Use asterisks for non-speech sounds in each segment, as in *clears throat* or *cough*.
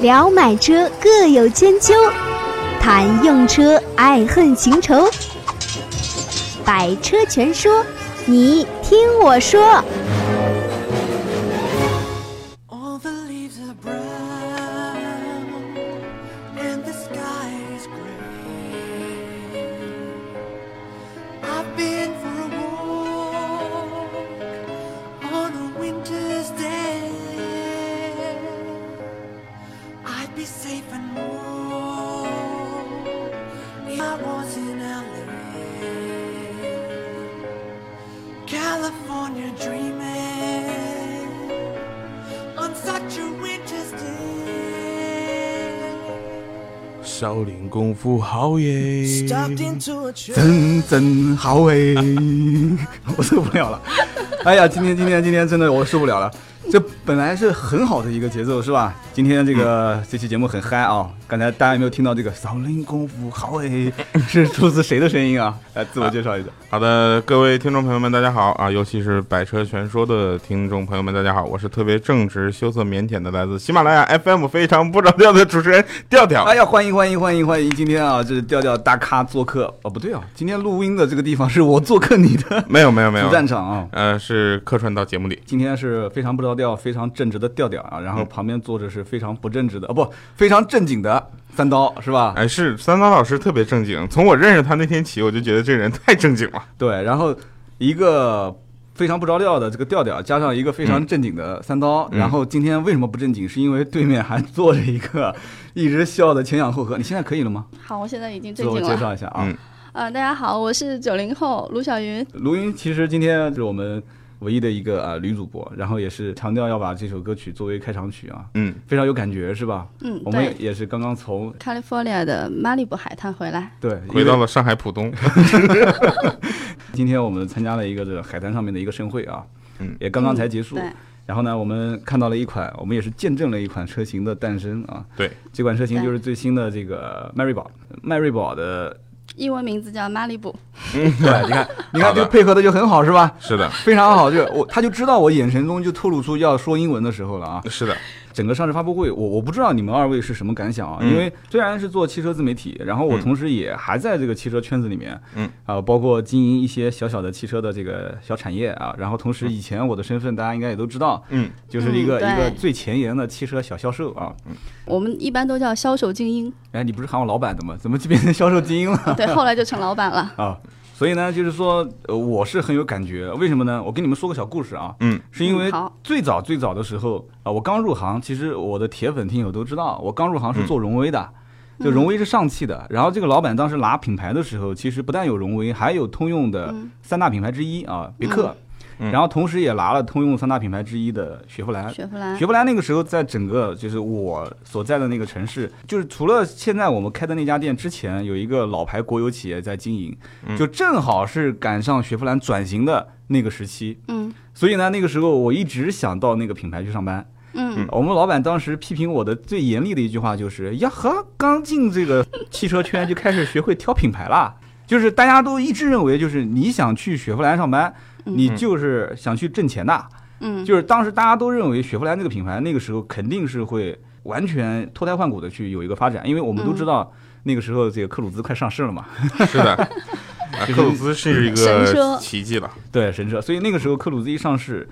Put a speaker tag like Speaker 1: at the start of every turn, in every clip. Speaker 1: 聊买车各有千秋，谈用车爱恨情仇。百车全说，你听我说。
Speaker 2: All the leaves are brown and the sky is gray. I've been for a walk on a winter's day. I'd be safe and warm if I was in LA. California dreaming on such a winter's day.
Speaker 3: 少林功夫好耶！
Speaker 2: Stopped into a church.
Speaker 4: 真真好 *laughs* 哎， *laughs* 我受不了了。哎呀，今天今天今天真的我受不了了。这本来是很好的一个节奏，是吧？今天这个、
Speaker 3: 嗯
Speaker 4: 这期节目很嗨啊！刚才大家有没有听到这个“少林功夫好哎”是出自谁的声音啊？来自我介绍一下。
Speaker 3: 好的，各位听众朋友们，大家好啊！尤其是百车全说的听众朋友们，大家好，我是特别正直、羞涩、腼腆的，来自喜马拉雅 FM 非常不着调的主持人调调。
Speaker 4: 哎呀，欢迎欢迎欢迎欢迎！今天啊，这是调调大咖做客哦，不对啊，今天录音的这个地方是我做客你的
Speaker 3: 没有没有没有
Speaker 4: 主，战场啊。
Speaker 3: 呃，是客串到节目里。
Speaker 4: 今天是非常不着调、非常正直的调调啊，
Speaker 3: 嗯
Speaker 4: 然后旁边坐着是非常不正直的，啊，不，非常正经的三刀是吧？
Speaker 3: 哎，是三刀老师特别正经，从我认识他那天起，我就觉得这人太正经了。
Speaker 4: 对，然后一个非常不着调的这个调调，加上一个非常正经的三刀，
Speaker 3: 嗯
Speaker 4: 然后今天为什么不正经？是因为对面还坐着一个一直笑的前仰后合。你现在可以了吗？
Speaker 5: 好，我现在已经
Speaker 4: 自
Speaker 5: 正
Speaker 4: 我
Speaker 5: 经
Speaker 4: 介
Speaker 5: 了。
Speaker 4: 绍一下啊，
Speaker 3: 嗯，
Speaker 5: 呃，大家好，我是九零后卢晓云。
Speaker 4: 卢云其实今天是我们唯一的一个啊、呃女主播，然后也是强调要把这首歌曲作为开场曲啊，
Speaker 3: 嗯，
Speaker 4: 非常有感觉是吧？
Speaker 5: 嗯，
Speaker 4: 我们也
Speaker 5: 对
Speaker 4: 也是刚刚从
Speaker 5: ，California 的马里布海滩回来。
Speaker 4: 对
Speaker 3: 回到了上海
Speaker 4: *laughs*
Speaker 3: 浦东。
Speaker 4: 今天我们参加了一个这个海滩上面的一个盛会啊，
Speaker 3: 嗯
Speaker 4: 也刚刚才结束。
Speaker 5: 对，
Speaker 4: 然后呢，我们看到了一款，我们也是见证了一款车型的诞生啊。
Speaker 3: 对，
Speaker 4: 这款车型就是最新的这个迈锐宝，迈锐宝的，
Speaker 5: 英文名字叫马里布。
Speaker 4: 对，你看，你看
Speaker 3: 好的
Speaker 4: 就配合的就很好是吧？
Speaker 3: 是的，
Speaker 4: 非常好，就我他就知道我眼神中就透露出要说英文的时候了
Speaker 3: *laughs*
Speaker 4: 啊。
Speaker 3: 是的，
Speaker 4: 整个上市发布会，我我不知道你们二位是什么感想啊？
Speaker 3: 嗯
Speaker 4: 因为虽然是做汽车自媒体，然后我
Speaker 3: 嗯
Speaker 4: 同时也还在这个汽车圈子里面，
Speaker 3: 嗯，
Speaker 4: 啊，包括经营一些小小的汽车的这个小产业啊。然后同时以前我的身份大家应该也都知道，
Speaker 3: 嗯，
Speaker 4: 就是一个
Speaker 5: 嗯
Speaker 4: 一个
Speaker 5: 对
Speaker 4: 最前沿的汽车小销售啊。
Speaker 5: 我们一般都叫销售精英，
Speaker 4: 哎，你不是喊我老板的吗？怎么就变成销售精英了
Speaker 5: 对，后来就成老
Speaker 4: *laughs*
Speaker 5: 板了。
Speaker 4: 啊？所以呢，就是说，呃，我是很有感觉，为什么呢？我跟你们说个小故事啊，
Speaker 3: 嗯，
Speaker 4: 是因为
Speaker 5: 嗯好
Speaker 4: 最早最早的时候啊、我刚入行，其实我的铁粉听友都知道，我刚入行是做荣威的，就荣威是上汽的。然后这个老板当时拿品牌的时候，其实不但有荣威，还有通用的
Speaker 5: 嗯
Speaker 4: 三大品牌之一啊，别克，
Speaker 3: 嗯
Speaker 4: 然后同时也拿了通用三大品牌之一的雪佛兰。
Speaker 5: 雪佛兰
Speaker 4: 雪，佛兰那个时候在整个就是我所在的那个城市，就是除了现在我们开的那家店之前，有一个老牌国有企业在经营，
Speaker 5: 嗯
Speaker 4: 就正好是赶上雪佛兰转型的那个时期。
Speaker 5: 嗯
Speaker 4: 所以呢，那个时候我一直想到那个品牌去上班。
Speaker 5: 嗯，
Speaker 4: 我们老板当时批评我的最严厉的一句话就是：“呀呵，刚进这个汽车圈就开始学会挑品牌啦。”就是大家都一致认为，就是你想去雪佛兰上班，
Speaker 5: 嗯
Speaker 4: 你就是想去挣钱的。
Speaker 5: 嗯，
Speaker 4: 就是当时大家都认为雪佛兰这个品牌，那个时候肯定是会完全脱胎换骨的去有一个发展，因为我们都
Speaker 5: 嗯
Speaker 4: 知道那个时候这个克鲁兹快上市了嘛，*laughs*
Speaker 3: 是的。啊克鲁兹是一
Speaker 5: 神
Speaker 3: 个
Speaker 5: 车
Speaker 3: 奇迹了，
Speaker 4: 对神车，所以那个时候克鲁兹一上市，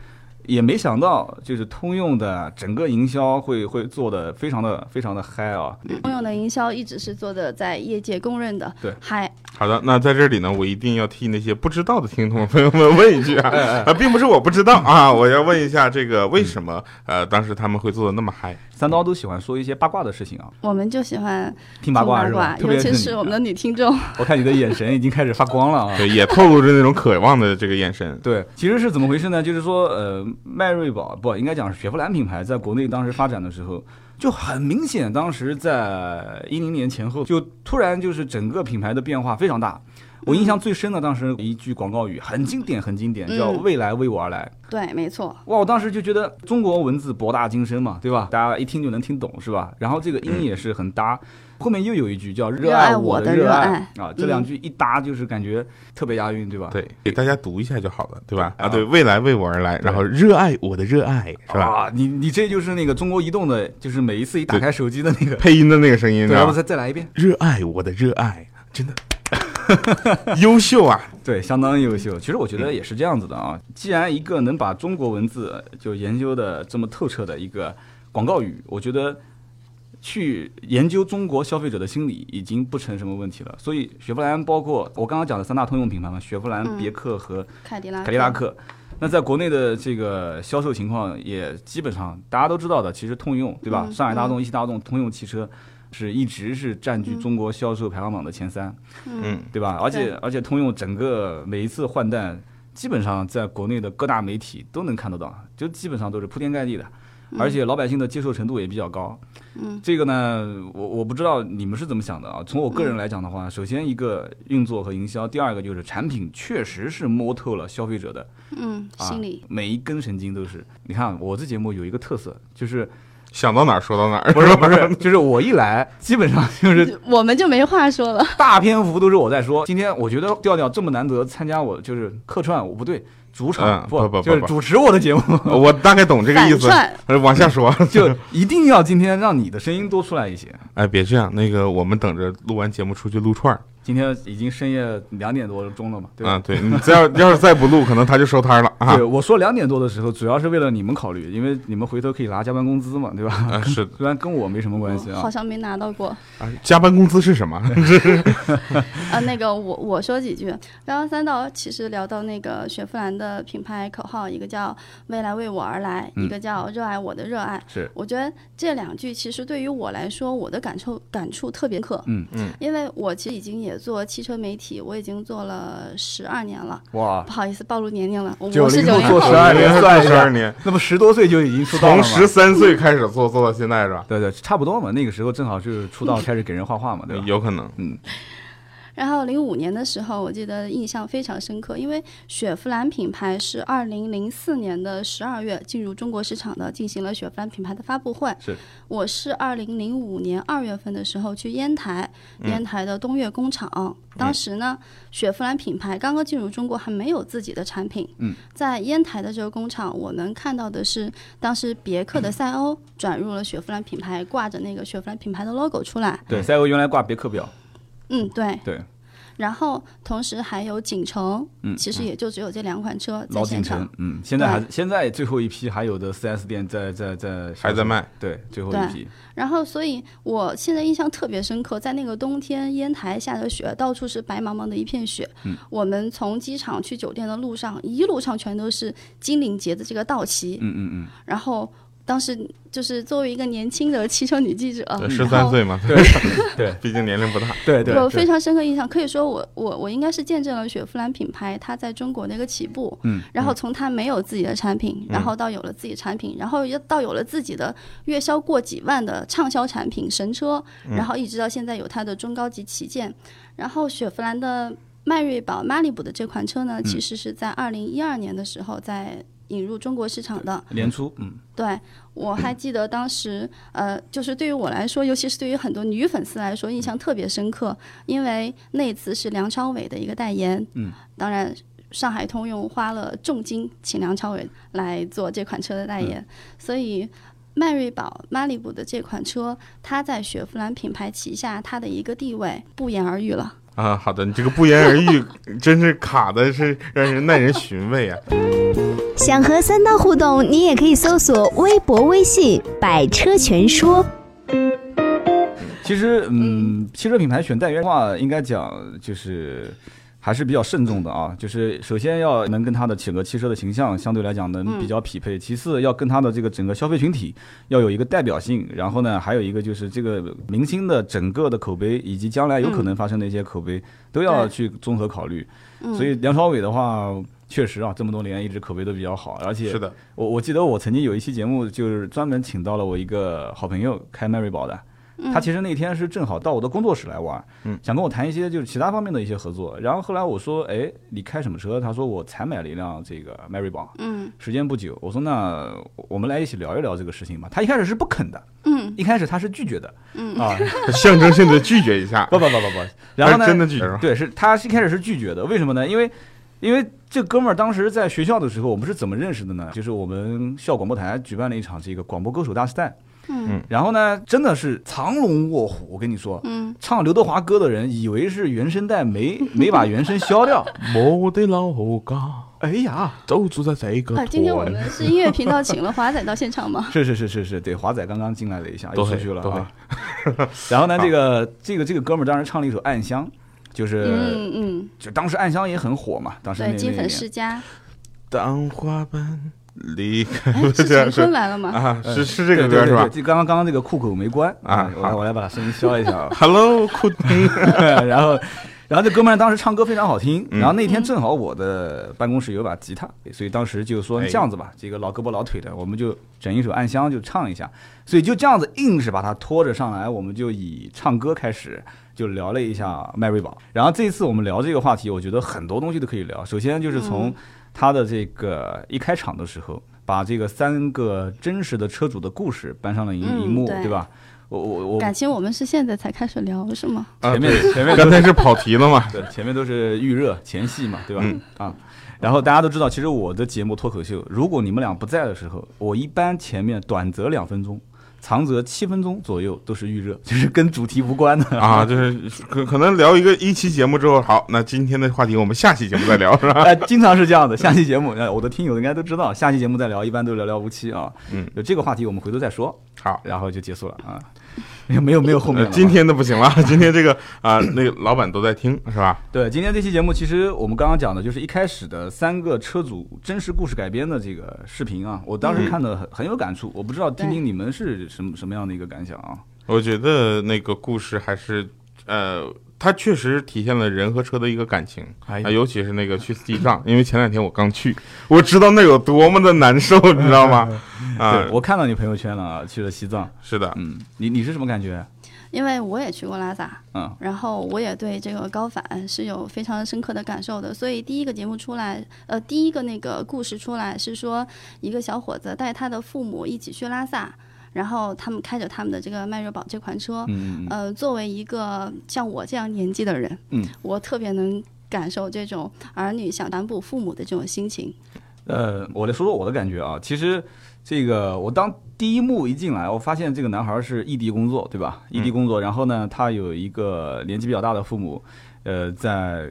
Speaker 4: 也没想到就是通用的整个营销会会做的非常的非常的嗨啊，
Speaker 5: 通用的营销一直是做的在业界公认的，
Speaker 4: 对
Speaker 5: 还
Speaker 3: 好的，那在这里呢，我一定要替那些不知道的听众朋友们问一
Speaker 4: *laughs*
Speaker 3: 句啊，
Speaker 4: 哎
Speaker 3: 啊，并不是我不知道啊，我要问一下这个为什么呃，当时他们会做的那么嗨？
Speaker 4: 三刀都喜欢说一些八卦的事情啊，
Speaker 5: 我们就喜欢
Speaker 4: 听八卦是吧？特
Speaker 5: 尤
Speaker 4: 别
Speaker 5: 其
Speaker 4: 你
Speaker 5: 是我们的女听众。 *laughs*
Speaker 4: 我看你的眼神已经开始发光了啊。
Speaker 3: 对，也透露着那种渴望的这个眼神。
Speaker 4: 对，其实是怎么回事呢？就是说，呃，迈锐宝不应该讲是雪佛兰品牌，在国内当时发展的时候，就很明显，
Speaker 5: 嗯
Speaker 4: 当时在一零年前后，就突然就是整个品牌的变化非常大。我印象最深的当时一句广告语很经典，很经典，叫“
Speaker 5: 嗯
Speaker 4: 未来为我而来”。
Speaker 5: 对，没错，
Speaker 4: 哇，我当时就觉得中国文字博大精深嘛，对
Speaker 5: 嗯
Speaker 4: 吧？大家一听就能听懂，是吧？然后这个音也是很搭，后面又有一句叫“热爱我
Speaker 5: 热爱我的
Speaker 4: 热
Speaker 5: 热
Speaker 4: 爱
Speaker 5: 爱”嗯
Speaker 4: 啊，这两句一搭就是感觉特别押韵，对吧？，
Speaker 3: 对，给大家读一下就好了，对吧？啊，
Speaker 4: 啊
Speaker 3: 对，未来为我而来，然后热爱我的热爱，是吧？
Speaker 4: 啊，你你这就是那个中国移动的，就是每一次一打开手机的那
Speaker 3: *laughs*
Speaker 4: 个，
Speaker 3: 配音的那个声音，
Speaker 4: 对，
Speaker 3: 知
Speaker 4: 要
Speaker 3: 道
Speaker 4: 不
Speaker 3: 吧
Speaker 4: 再再来一遍？
Speaker 3: 热爱我的热爱，
Speaker 4: *laughs*
Speaker 3: 真的优秀啊！
Speaker 4: 对，相当优秀。其实我觉得也是这样子的啊。既然一个能把中国文字就研究的这么透彻的一个广告语，我觉得去研究中国消费者的心理已经不成什么问题了。所以雪佛兰包括我刚刚讲的三大通用品牌嘛，雪佛兰、
Speaker 5: 嗯
Speaker 4: 别克和
Speaker 5: 凯迪拉
Speaker 4: 凯迪拉克。那在国内的这个销售情况也基本上大家都知道的，其实通用对吧？
Speaker 5: 嗯
Speaker 4: 上海大
Speaker 5: 嗯
Speaker 4: 众、一汽大众、通用汽车是一直是占据
Speaker 5: 嗯
Speaker 4: 中国销售排行榜的前三。
Speaker 3: 嗯，
Speaker 4: 对吧？而且
Speaker 5: 对
Speaker 4: 而且通用整个每一次换代，基本上在国内的各大媒体都能看得到，就基本上都是铺天盖地的，而且老百姓的接受程度也比较高。
Speaker 5: 嗯，
Speaker 4: 这个呢，我我不知道你们是怎么想的啊。从我个人来讲的
Speaker 5: 嗯
Speaker 4: 话，首先一个运作和营销，第二个就是产品确实是摸透了消费者的
Speaker 5: 嗯，
Speaker 4: 啊
Speaker 5: 心理
Speaker 4: 每一根神经都是。你看啊我这节目有一个特色，就是
Speaker 3: 想到哪儿说到哪儿，
Speaker 4: 不是不是， *laughs* 就是我一来，基本上就是
Speaker 5: 我们就没话说了。
Speaker 4: 大篇幅都是我在说。今天我觉得调调这么难得参加我就是客串，我不对，主场、
Speaker 3: 嗯不不不
Speaker 4: 就是
Speaker 3: 不
Speaker 4: 主持我的节目， *laughs*
Speaker 3: 我大概懂这个意思
Speaker 5: 反串。
Speaker 3: 呃往下说，
Speaker 4: 就一定要今天让你的声音多出来一些。
Speaker 3: *laughs* 哎，别这样，那个我们等着录完节目出去撸串儿。
Speaker 4: 今天已经深夜两点多钟了嘛，对吧？
Speaker 3: 啊，对你再要要是再不录，可能他就收摊了啊
Speaker 4: 对，。我说两点多的时候，主要是为了你们考虑，因为你们回头可以拿加班工资嘛，对吧？
Speaker 3: *laughs* 啊，是的
Speaker 4: 虽然跟我没什么关系啊
Speaker 5: 好，像没拿到过。
Speaker 3: 啊，加班工资是什么？
Speaker 5: 呃，那个我我说几句。刚刚三道其实聊到那个雪佛兰的品牌口号，一个叫“未来为我而来”，
Speaker 4: 嗯
Speaker 5: 一个叫“热爱我的热爱”。
Speaker 4: 是，
Speaker 5: 我觉得这两句其实对于我来说，我的感受感触特别刻。
Speaker 4: 嗯
Speaker 3: 嗯，
Speaker 5: 因为我其实已经也做汽车媒体，我已经做了十二年了。
Speaker 4: 哇
Speaker 5: 不，好意思，暴露年龄了，我
Speaker 4: 九
Speaker 5: 我是
Speaker 4: 零
Speaker 5: 九
Speaker 4: 后 *laughs* 做
Speaker 5: 零后
Speaker 4: 十。二年算一
Speaker 3: 十
Speaker 4: 下
Speaker 3: 二年，
Speaker 4: 那么十多岁就已经出道了
Speaker 3: 从
Speaker 4: 嘛？
Speaker 3: 十三岁开始做，做到现在是吧？
Speaker 4: 对对，差不多嘛，那个时候正好是出
Speaker 3: *laughs*
Speaker 4: 道开始给人画画嘛，对吧？
Speaker 3: 有可能，
Speaker 4: 嗯，
Speaker 5: 然后零五年的时候，我记得印象非常深刻，因为雪佛兰品牌是二零零四年的十二月进入中国市场的，进行了雪佛兰品牌的发布会。
Speaker 4: 是，
Speaker 5: 我是二零零五年二月份的时候去烟台，
Speaker 3: 嗯
Speaker 5: 烟台的东岳工厂，
Speaker 4: 嗯
Speaker 5: 当时呢，雪佛兰品牌刚刚进入中国，还没有自己的产品。
Speaker 4: 嗯，
Speaker 5: 在烟台的这个工厂，我能看到的是，当时别克
Speaker 4: 嗯
Speaker 5: 的赛欧转入了雪佛兰品牌，挂着那个雪佛兰品牌的 logo 出来。
Speaker 4: 对，赛欧原来挂别克表，
Speaker 5: 嗯，对。
Speaker 4: 对，
Speaker 5: 然后同时还有景程，
Speaker 4: 嗯
Speaker 5: 其实也就只有这两款车在
Speaker 4: 老
Speaker 5: 现
Speaker 4: 锦城
Speaker 5: 场。，
Speaker 4: 嗯，现在还现在最后一批还有的 4S 店在在在
Speaker 3: 还在，卖。
Speaker 4: 对，最后一批，
Speaker 5: 然后，所以我现在印象特别深刻，在那个冬天，烟台下着雪，到处是白茫茫的一片雪。
Speaker 4: 嗯
Speaker 5: 我们从机场去酒店的路上，一路上全都是金领结的这个道旗。
Speaker 4: 嗯嗯嗯，
Speaker 5: 然后当时就是作为一个年轻的汽车女记者，然
Speaker 3: 十三
Speaker 5: 后
Speaker 3: 岁 *laughs* 嘛，
Speaker 4: 嗯对对
Speaker 3: 毕竟年龄不大。
Speaker 4: 对对，
Speaker 5: 有非
Speaker 4: 常
Speaker 5: 常深刻印象。可以说我，我我应该是见证了雪佛兰品牌它在中国的一个起步。
Speaker 4: 嗯，
Speaker 5: 然后从它没有自己的产品，
Speaker 3: 嗯
Speaker 5: 然后到有了自己产品，然后又到有了自己的月销过几万的畅销产品神车，
Speaker 4: 嗯
Speaker 5: 然后一直到现在有它的中高级旗舰。然后雪佛兰的迈锐宝马里布的这款车
Speaker 4: 嗯
Speaker 5: 呢，其实是在二零一二年的时候在引入中国市场的。
Speaker 4: 年初，嗯，
Speaker 5: 对，我还记得当时，呃，就是对于我来说，尤其是对于很多女粉丝来说，印象特别深刻，因为那次是梁朝伟的一个代言，
Speaker 4: 嗯，
Speaker 5: 当然。上海通用花了重金请梁朝伟来做这款车
Speaker 4: 嗯
Speaker 5: 的代言，所以迈锐宝马里布的这款车，它在雪佛兰品牌旗下它的一个地位不言而喻了。
Speaker 3: 啊，好的，你这个不言而喻，真是卡的是让人耐人寻味啊！ *laughs*
Speaker 1: 想和三刀互动，你也可以搜索微博、微信“百车全说
Speaker 4: 其实嗯，汽车品牌选代言的话，应该讲就是。还是比较慎重的啊，就是首先要能跟它的整个汽车的形象相对来讲能比较匹配，其次要跟它的这个整个消费群体要有一个代表性，然后呢，还有一个就是这个明星的整个的口碑以及将来有可能发生的一些口碑都要
Speaker 5: 对
Speaker 4: 去综合考虑。
Speaker 5: 嗯，
Speaker 4: 所以梁朝伟的话，确实啊，这么多年一直口碑都比较好，而且
Speaker 3: 是的，
Speaker 4: 我我记得我曾经有一期节目，就是专门请到了我一个好朋友开迈锐宝的，
Speaker 5: 嗯
Speaker 4: 他其实那天是正好到我的工作室来玩，
Speaker 3: 嗯
Speaker 4: 想跟我谈一些就是其他方面的一些合作。然后后来我说，哎，你开什么车？他说我才买了一辆这个迈锐宝，
Speaker 5: 嗯
Speaker 4: 时间不久。我说那我们来一起聊一聊这个事情吧。他一开始是不肯的，
Speaker 5: 嗯
Speaker 4: 一开始他是拒绝的，
Speaker 5: 嗯
Speaker 4: 啊，
Speaker 3: 象征性的拒绝一 *laughs* 下，
Speaker 4: 不不不不不，然后呢，
Speaker 3: 真的拒绝
Speaker 4: 对，是他是一开始是拒绝的，为什么呢？因为因为这哥们儿当时在学校的时候，我们是怎么认识的呢？就是我们校广播台举办了一场这个广播歌手大时代，
Speaker 5: 嗯
Speaker 4: 然后呢，真的是藏龙卧虎，我跟你说。
Speaker 5: 嗯，
Speaker 4: 唱刘德华歌的人以为是原声带没没把原声消
Speaker 3: *laughs*
Speaker 4: 掉，
Speaker 3: 我的老家
Speaker 4: 哎呀，
Speaker 3: 就住在这个
Speaker 5: 啊，今天我们是音乐频道请了华仔到现场吗？
Speaker 4: 是是是是是，对，华仔刚刚进来了一下，
Speaker 3: 都
Speaker 4: 又出
Speaker 3: 会
Speaker 4: 去了
Speaker 3: 都会
Speaker 4: 啊。 *laughs* 然后呢，这个这个这个哥们儿当时唱了一首《暗香》， *laughs* 就是
Speaker 5: 嗯嗯，
Speaker 4: 就当时《暗香》也很火嘛，当时那
Speaker 5: 对，
Speaker 4: 那
Speaker 5: 金
Speaker 4: 一
Speaker 5: 粉
Speaker 4: 年
Speaker 5: 世家，
Speaker 3: 当花瓣离 *laughs* 开，
Speaker 5: 哎，是陈坤来了吗？
Speaker 3: 啊，
Speaker 4: 嗯
Speaker 3: 是是这个
Speaker 4: 对
Speaker 3: 歌
Speaker 4: 对
Speaker 3: 是
Speaker 4: 对
Speaker 3: 吧
Speaker 4: 这刚刚刚刚这个酷狗没关
Speaker 3: 啊
Speaker 4: 我来
Speaker 3: 好。
Speaker 4: 我来把声音消一下啊
Speaker 3: ？Hello，酷，
Speaker 4: *laughs* 然后，然后这哥们儿当时唱歌非常好听，
Speaker 3: 嗯
Speaker 4: 然后那天正好我的办公室有把吉他，所以当时就说
Speaker 3: 哎
Speaker 4: 这样子吧，这个老胳膊老腿的，我们就整一首《暗香》就唱一下，所以就这样子硬是把他拖着上来，我们就以唱歌开始。就聊了一下迈锐宝，然后这一次我们聊这个话题，我觉得很多东西都可以聊。首先就是从
Speaker 5: 嗯
Speaker 4: 他的这个一开场的时候，把这个三个真实的车主的故事搬上了荧
Speaker 5: 嗯
Speaker 4: 荧幕，
Speaker 5: 对
Speaker 4: 对吧？我我我
Speaker 5: 感情我们是现在才开始聊是吗？
Speaker 3: 啊
Speaker 4: 前面前面
Speaker 3: *laughs* 刚才是跑题了嘛？
Speaker 4: 对，前面都是预
Speaker 3: *laughs*
Speaker 4: 热前戏嘛，对吧？
Speaker 3: 嗯
Speaker 4: 啊，然后大家都知道，其实我的节目脱口秀，如果你们俩不在的时候，我一般前面短则两分钟，长则七分钟左右都是预热， *laughs* 就是跟主题无关 *laughs* 的
Speaker 3: 啊，。就是可可能聊一个一期节目之后，好，那今天的话题我们下期节目再聊，是吧？ *laughs*
Speaker 4: 呃，经常是这样的。下期节目，呃我的听友应该都知道，下期节目再聊，一般都是寥寥无期啊。
Speaker 3: 嗯，
Speaker 4: 有这个话题我们回头再说，
Speaker 3: 好，
Speaker 4: 然后就结束了啊。没有没有没有后面
Speaker 3: 呃
Speaker 4: 了。
Speaker 3: 今天的不行了，今天这个啊，那个老板都在听是吧？
Speaker 4: 对，今天这期节目，其实我们刚刚讲的就是一开始的三个车主真实故事改编的这个视频啊，我当时看的很很有感触。我不知道听听你们是什么什么样的一个感想啊？
Speaker 3: 我觉得那个故事还是，呃，它确实体现了人和车的一个感情
Speaker 4: 哎
Speaker 3: 啊，尤其是那个去记账，因为前两天我刚去，我知道那有多么的难受，你知
Speaker 4: *laughs*
Speaker 3: 道吗？啊
Speaker 4: 对，，我看到你朋友圈了啊，去了西藏，
Speaker 3: 是的，
Speaker 4: 嗯，你你是什么感觉？
Speaker 5: 因为我也去过拉萨，
Speaker 4: 嗯，
Speaker 5: 然后我也对这个高反是有非常深刻的感受的，所以第一个节目出来，呃，第一个那个故事出来是说一个小伙子带他的父母一起去拉萨，然后他们开着他们的这个迈锐宝这款车，
Speaker 4: 嗯嗯
Speaker 5: 呃，作为一个像我这样年纪的人，
Speaker 4: 嗯，
Speaker 5: 我特别能感受这种儿女想担负父母的这种心情，
Speaker 4: 嗯，呃，我来说说我的感觉啊，其实这个我当第一幕一进来，我发现这个男孩是异地工作，对吧？异地工作，然后呢，他有一个年纪比较大的父母，呃，在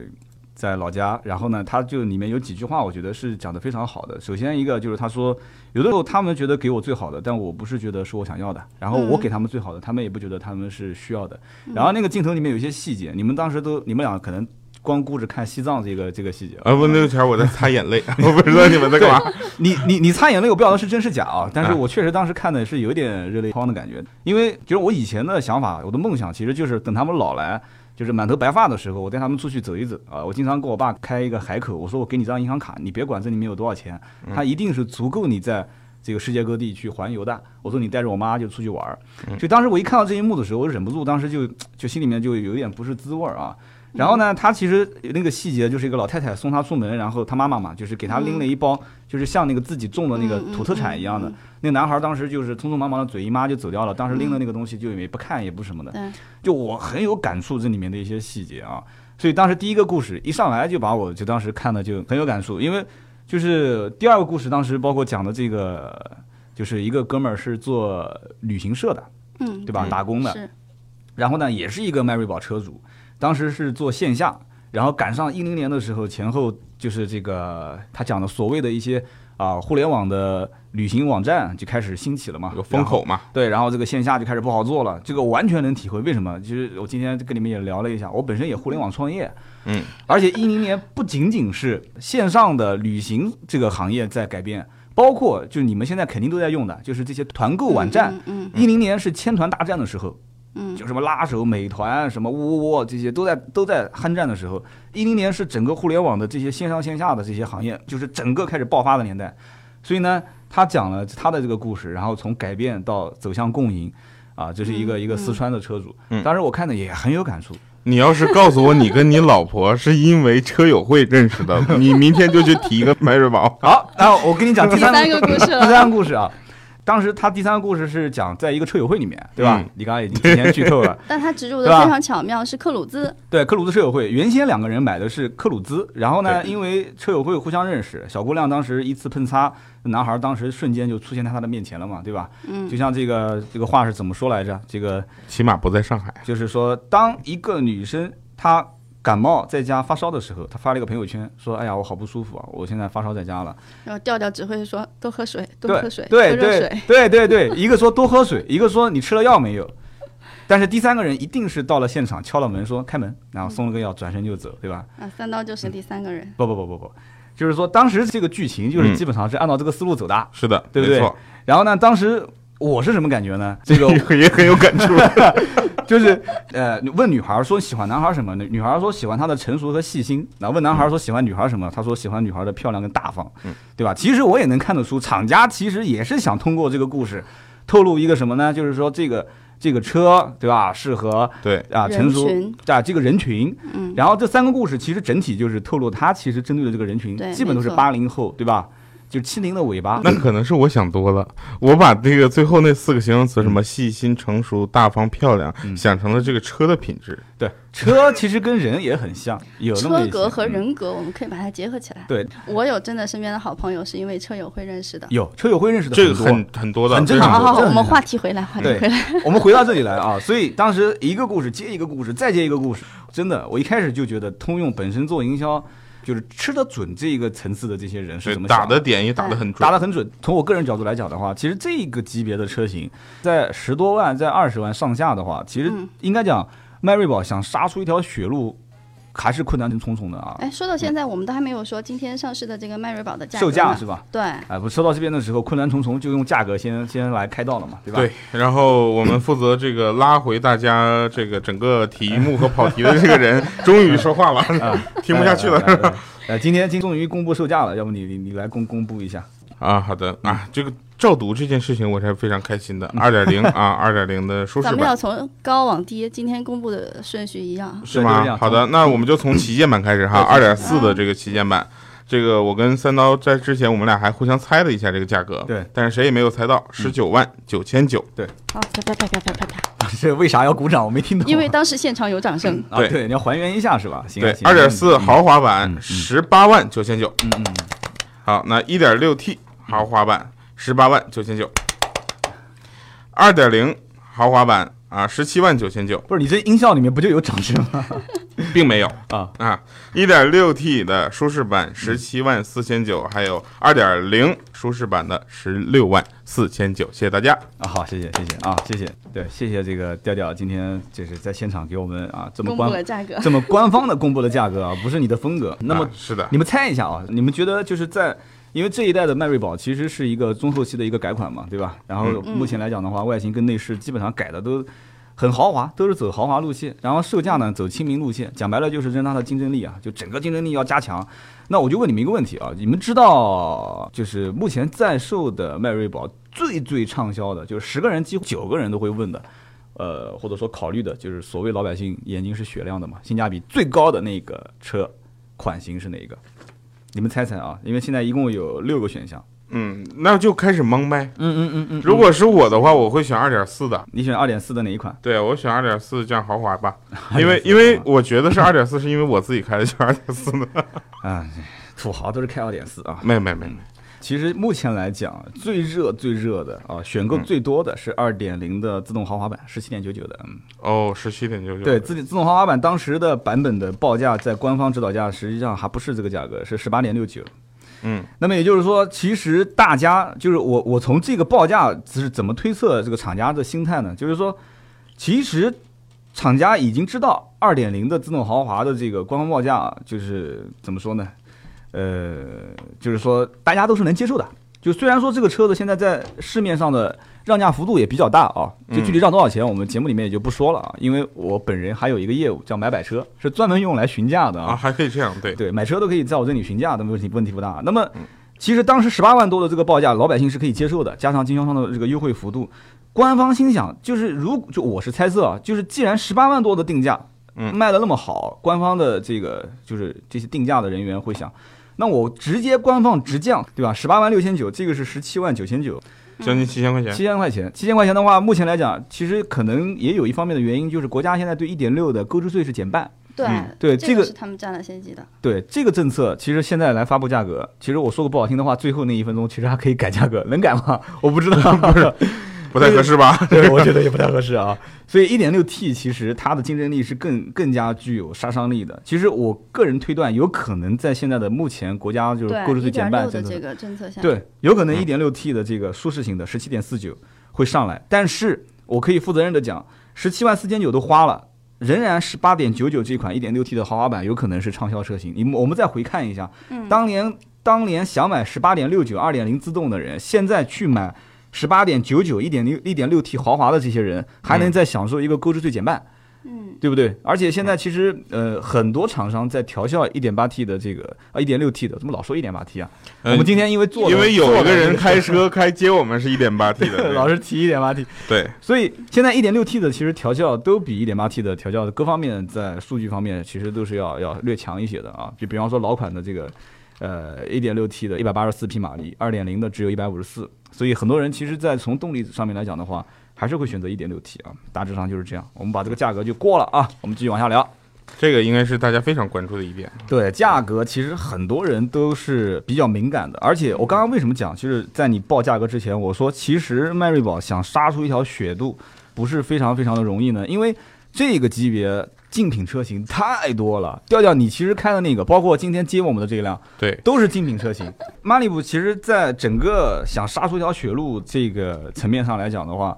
Speaker 4: 在老家，然后呢，他就里面有几句话，我觉得是讲得非常好的。首先一个就是他说，有的时候他们觉得给我最好的，但我不是觉得是我想要的，然后我
Speaker 5: 嗯
Speaker 4: 给他们最好的，他们也不觉得他们是需要的。然后那个镜头里面有一些细节，你们当时都你们俩可能光顾着看西藏这个这个细节，
Speaker 3: 啊，不，那个前儿我在擦眼泪， *laughs* 我不知道你们在干嘛。
Speaker 4: *laughs* 你你你擦眼泪，我不晓得是真是假啊，但是
Speaker 3: 啊
Speaker 4: 我确实当时看的是有点热泪盈眶的感觉，因为就是我以前的想法，我的梦想其实就是等他们老来，就是满头白发的时候，我带他们出去走一走啊。我经常跟我爸开一个海口，我说我给你张银行卡，你别管这里面有多少钱，它一定是足够你在。这个世界各地去环游的，我说你带着我妈就出去玩儿，
Speaker 5: 嗯
Speaker 4: 所以当时我一看到这一幕的时候，我忍不住当时就就心里面就有一点不是滋味儿啊。然后呢，他其实那个细节就是一个老太太送他出门，然后他妈妈嘛，就是给他拎了一包，就是像那个自己种的那个
Speaker 5: 嗯嗯嗯嗯
Speaker 4: 土特产一样的。那男孩当时就是匆匆忙忙的嘴一抹就走掉了，当时拎了那个东西就也不看也不什么的。
Speaker 5: 对，
Speaker 4: 就我很有感触这里面的一些细节啊。所以当时第一个故事一上来就把我就当时看的就很有感触，因为就是第二个故事当时包括讲的这个，就是一个哥们儿是做旅行社的，
Speaker 5: 嗯，
Speaker 4: 对吧？
Speaker 3: 嗯
Speaker 4: 打工的，
Speaker 5: 是，
Speaker 4: 然后呢也是一个迈锐宝车主，当时是做线下，然后赶上一零年的时候前后就是这个他讲的所谓的一些啊、互联网的旅行网站就开始兴起了嘛，
Speaker 3: 有风
Speaker 4: 然后
Speaker 3: 口嘛，
Speaker 4: 对，然后这个线下就开始不好做了，这个完全能体会为什么。其实我今天跟你们也聊了一下，我本身也互联网创业，
Speaker 3: 嗯，
Speaker 4: 而且一零年不仅仅是线上的旅行这个行业在改变，包括就是你们现在肯定都在用的，就是这些团购网站。
Speaker 5: 嗯，
Speaker 4: 一零年是千团大战的时候，
Speaker 5: 嗯嗯
Speaker 4: 就什么拉手、美团、什么窝窝窝这些都在都在酣战的时候。一零年是整个互联网的这些线上线下的这些行业，就是整个开始爆发的年代。所以呢，他讲了他的这个故事，然后从改变到走向共赢。啊，这是一个一个四川的车主
Speaker 3: 嗯，
Speaker 4: 当时我看的也很有感触，
Speaker 3: 你要是告诉我你跟你老婆是因为车友会认识
Speaker 4: *laughs*
Speaker 3: 的，你明天就去提一个迈锐宝。
Speaker 4: 好，那我跟你
Speaker 5: *laughs*
Speaker 4: 讲第
Speaker 5: 第
Speaker 4: 三
Speaker 5: 三个故
Speaker 4: *laughs*
Speaker 5: 事
Speaker 4: 第
Speaker 5: 了，
Speaker 4: 三个故事啊，当时他第三个故事是讲在一个车友会里面，对吧
Speaker 3: 嗯？
Speaker 4: 你刚刚已经提前剧透了。
Speaker 5: 但他植入的
Speaker 4: 对吧
Speaker 5: 非常巧妙，是克鲁兹，
Speaker 4: 对，克鲁兹车友会，原先两个人买的是克鲁兹，然后呢，
Speaker 3: 对
Speaker 4: 因为车友会互相认识，小姑娘当时一次碰擦，男孩当时瞬间就出现在她的面前了嘛，对吧？
Speaker 5: 嗯
Speaker 4: 就，像这个这个话是怎么说来着？这个
Speaker 3: 起码不在上海。
Speaker 4: 就是说，当一个女生她感冒在家发烧的时候，她发了一个朋友圈说：“哎呀，我好不舒服啊，我现在发烧在家了。”
Speaker 5: 然后调调只会说多喝水，多
Speaker 4: 对
Speaker 5: 喝水，
Speaker 4: 对
Speaker 5: 多热
Speaker 4: 对
Speaker 5: 水，
Speaker 4: 对对对，一个说多喝水，一个说你吃了药没有。但是第三个人一定是到了现场敲了门说开门，然后送了个药，转身就走，对吧？
Speaker 5: 啊，三刀就是第三个人，
Speaker 4: 不不不不不，就是说当时这个剧情就是
Speaker 3: 嗯
Speaker 4: 基本上是按照这个思路走的。
Speaker 3: 是的，
Speaker 4: 对不对
Speaker 3: 没错，
Speaker 4: 然后呢，当时我是什么感觉呢？这
Speaker 3: *laughs*
Speaker 4: 个
Speaker 3: 也很有感触。
Speaker 4: *laughs* 就是呃，问女孩说喜欢男孩什么？女女孩说喜欢他的成熟和细心。然后问男孩说喜欢女孩什么？他说喜欢女孩的漂亮跟大方
Speaker 3: 嗯，
Speaker 4: 对吧？其实我也能看得出，厂家其实也是想通过这个故事，透露一个什么呢？就是说这个这个车，对吧？适合
Speaker 3: 对，
Speaker 4: 啊成
Speaker 5: 人
Speaker 4: 熟
Speaker 5: 群，
Speaker 4: 啊这个人群。
Speaker 5: 嗯，
Speaker 4: 然后这三个故事其实整体就是透露他其实针对的这个人群，
Speaker 5: 对
Speaker 4: 基本都是
Speaker 5: 没错嗯
Speaker 4: 八零后，对吧？就七零的尾巴。
Speaker 3: 那可能是我想多了，我把这个最后那四个形容词，什么细心、成熟、大方、漂亮，
Speaker 4: 嗯
Speaker 3: 想成了这个车的品质。
Speaker 4: 对，车其实跟人也很像，有那么
Speaker 5: 车
Speaker 4: 一
Speaker 5: 格
Speaker 4: 些嗯
Speaker 5: 和人格，我们可以把它结合起来。
Speaker 4: 对
Speaker 5: 我有真的身边的好朋友是因为车友会认识的。
Speaker 4: 有车友会认识的
Speaker 3: 这个
Speaker 4: 多
Speaker 3: 很很多的，
Speaker 4: 很正
Speaker 3: 非
Speaker 4: 常
Speaker 3: 常
Speaker 5: 好
Speaker 3: 多
Speaker 5: 好好，
Speaker 4: 这
Speaker 5: 我们
Speaker 4: 很
Speaker 5: 话题回来，话题
Speaker 4: 对
Speaker 5: 回来。
Speaker 4: *laughs* 我们回到这里来啊，所以当时一个故事接一个故事，再接一个故事，真的，我一开始就觉得通用本身做营销，就是吃得准这一个层次的这些人是
Speaker 3: 对
Speaker 4: 怎么
Speaker 3: 打
Speaker 4: 想
Speaker 3: 的点也打得很准
Speaker 4: 打。得很准。从我个人角度来讲的话，其实这个级别的车型在十多万、在二十万上下的话，其实
Speaker 5: 嗯
Speaker 4: 应该讲迈锐宝想杀出一条血路，还是困难重重的啊。
Speaker 5: 哎，说到现在，我们都还没有说今天上市的这个迈锐宝的价格
Speaker 4: 售
Speaker 5: 呢
Speaker 4: 价是吧？
Speaker 5: 对，
Speaker 4: 哎，不，说到这边的时候，困难重重，就用价格先先来开道了嘛，对吧？
Speaker 3: 对，然后我们负责这个拉回大家这个整个题目和跑题的这个人，
Speaker 4: 嗯
Speaker 3: 终于说话了， *laughs* 听不下去了。
Speaker 4: 来。来来来呃，今天今终于公布售价了，要不你你你来公公布一下？ *laughs*
Speaker 3: 啊，好的啊，
Speaker 4: 嗯
Speaker 3: 这个照读这件事情我是非常开心的。二点零啊，二点零的舒适
Speaker 5: 咱们要
Speaker 3: 版
Speaker 5: 从高往低，今天公布的顺序一样。
Speaker 3: 是
Speaker 4: 对就是这
Speaker 3: 吗？
Speaker 4: 样
Speaker 3: 好的，那我们就从旗舰版开始哈，二
Speaker 4: 对
Speaker 3: 点四的这个旗舰版。这个我跟三刀在之前，我们俩还互相猜了一下这个价格，
Speaker 4: 对，嗯
Speaker 3: 但是谁也没有猜到，十九万九千九。
Speaker 5: 好，啪啪啪啪啪啪啪，
Speaker 4: 这为啥要鼓掌？我没听懂。
Speaker 5: 因为当时现场有掌声。
Speaker 4: 啊，
Speaker 3: 对
Speaker 4: 对，你要还原一下是吧？行啊，
Speaker 3: 对，
Speaker 4: 行啊
Speaker 3: 二点四
Speaker 4: 嗯
Speaker 3: 豪华版
Speaker 4: 嗯嗯
Speaker 3: 十八万九千九。
Speaker 4: 嗯嗯，
Speaker 3: 好，那一点六 T 豪华版十八万九千九，
Speaker 4: 嗯
Speaker 3: 二点零豪华版啊十七万九千九，
Speaker 4: 不是你这音效里面不就有掌声吗？
Speaker 3: 并没有
Speaker 4: 啊
Speaker 3: 啊，一点六 T 的舒适版十七万四千九，还有二点零舒适版的十六万四千九，谢谢大家。
Speaker 4: 啊，好，谢谢谢谢啊，谢谢，对，谢谢这个调调，今天就是在现场给我们啊这么
Speaker 5: 公布了
Speaker 4: 官
Speaker 5: 价格，
Speaker 4: 这么官方的公布了价格啊，不是你的风格。那么
Speaker 3: 啊是的
Speaker 4: 你，们猜一下啊，你们觉得就是在，因为这一代的迈锐宝其实是一个中后期的一个改款嘛，对吧？然后
Speaker 5: 嗯
Speaker 4: 目前来讲的话，外形跟内饰基本上改的都很豪华，都是走豪华路线，然后售价呢走亲民路线，讲白了就是让它的竞争力啊，就整个竞争力要加强。那我就问你们一个问题啊，你们知道就是目前在售的迈锐宝最最畅销的，就是十个人几乎九个人都会问的。呃，或者说考虑的就是所谓老百姓眼睛是雪亮的嘛，性价比最高的那个车款型是哪一个？你们猜猜啊，因为现在一共有六个选项。
Speaker 3: 嗯，那就开始蒙呗。
Speaker 4: 嗯嗯嗯
Speaker 3: 如果是我的话，我会选二点四的。
Speaker 4: 你选二点四的哪一款？
Speaker 3: 对，我选二点四这样豪华
Speaker 4: *laughs*
Speaker 3: 吧，因为因为我觉得是二点四，是因为我自己开的就是二点
Speaker 4: *laughs*
Speaker 3: 四的。
Speaker 4: 啊，土豪都是开二点四啊。
Speaker 3: 没没没，
Speaker 4: 其实目前来讲，最热最热的啊，选购最多的是二点零的自动豪华版，十七点九九的。嗯，
Speaker 3: 哦，十七点九九。
Speaker 4: 对，自己自动豪华版当时的版本的报价在官方指导价实际上还不是这个价格，是十八点六九。
Speaker 3: 嗯，
Speaker 4: 那么也就是说，其实大家就是我，我从这个报价是怎么推测这个厂家的心态呢？就是说，其实厂家已经知道二点零的自动豪华的这个官方报价啊，就是怎么说呢？呃，就是说大家都是能接受的。就虽然说这个车子现在在市面上的让价幅度也比较大啊，就具体让多少钱，我们节目里面也就不说了啊，因为我本人还有一个业务叫买买车，是专门用来询价的
Speaker 3: 啊，还可以这样，对，
Speaker 4: 对，买车都可以在我这里询价的问题问题不大。那么，其实当时十八万多的这个报价，老百姓是可以接受的，加上经销商的这个优惠幅度，官方心想，就是如就我是猜测啊，就是既然十八万多的定价，
Speaker 3: 嗯
Speaker 4: 卖的那么好，官方的这个就是这些定价的人员会想，那我直接官方直降，对吧？十八万六千九，这个是十七万九千九，
Speaker 3: 将近七千块钱。
Speaker 4: 七千块钱，七千块钱的话，目前来讲，其实可能也有一方面的原因，就是国家现在对一点六的购置税是减半。
Speaker 5: 对、
Speaker 3: 嗯
Speaker 4: 对这
Speaker 5: 这
Speaker 4: 个
Speaker 5: 是他们占了先机的。
Speaker 4: 对这个政策，其实现在来发布价格，其实我说个不好听的话，最后那一分钟其实还可以改价格，能改吗？ *laughs* 我不知道，
Speaker 3: 不太合适吧？
Speaker 4: *laughs* 对，我觉得也不太合适啊。所以一点六 T 其实它的竞争力是更更加具有杀伤力的。其实我个人推断，有可能在现在的目前国家就是购置
Speaker 5: 对，
Speaker 4: 税
Speaker 5: 一
Speaker 4: 减
Speaker 5: 点
Speaker 4: 半
Speaker 5: 六
Speaker 4: 政
Speaker 5: 的
Speaker 4: 策
Speaker 5: 这
Speaker 4: 的，
Speaker 5: 个政策下，
Speaker 4: 对，有可能
Speaker 3: 嗯
Speaker 4: 一点六 T 的这个舒适型的十七点四九会上来，但是我可以负责任的讲，十七万四千九都花了。仍然十八点九九这款一点六 T 的豪华版有可能是畅销车型。你们我们再回看一下，
Speaker 5: 嗯，
Speaker 4: 当年当年想买十八点六九二点零自动的人，现在去买十八点九九一点六一点六 T 豪华的这些人，还能再享受一个购置税减半，
Speaker 5: 嗯
Speaker 4: 对不对？而且现在其实呃很多厂商在调校一点八 T 的这个啊一点六 T 的，怎么老说一点八 T 啊？我们今天因为做了
Speaker 3: 呃因为有一个人开。
Speaker 4: 做了
Speaker 3: 车开接我们是一点八 T
Speaker 4: 这 *laughs* 个
Speaker 3: 的，
Speaker 4: 老是提一点八 T，
Speaker 3: 对，
Speaker 4: 所以现在一点六 T 的其实调教都比一点八 T 的调教各方面在数据方面其实都是要要略强一些的啊。就比方说老款的这个，呃，一点六 T 的一百八十四匹马力，二点零的只有一百五十四，所以很多人其实，在从动力上面来讲的话，还是会选择一点六 T 啊，大致上就是这样。我们把这个价格就过了啊，我们继续往下聊。
Speaker 3: 这个应该是大家非常关注的一点。
Speaker 4: 对价格，其实很多人都是比较敏感的。而且我刚刚为什么讲，就是在你报价格之前，我说其实迈锐宝想杀出一条血路，不是非常非常的容易呢，因为这个级别竞品车型太多了。调调，你其实开的那个，包括今天接我们的这辆，
Speaker 3: 对，
Speaker 4: 都是精品车型。马里布其实在整个想杀出一条血路这个层面上来讲的话，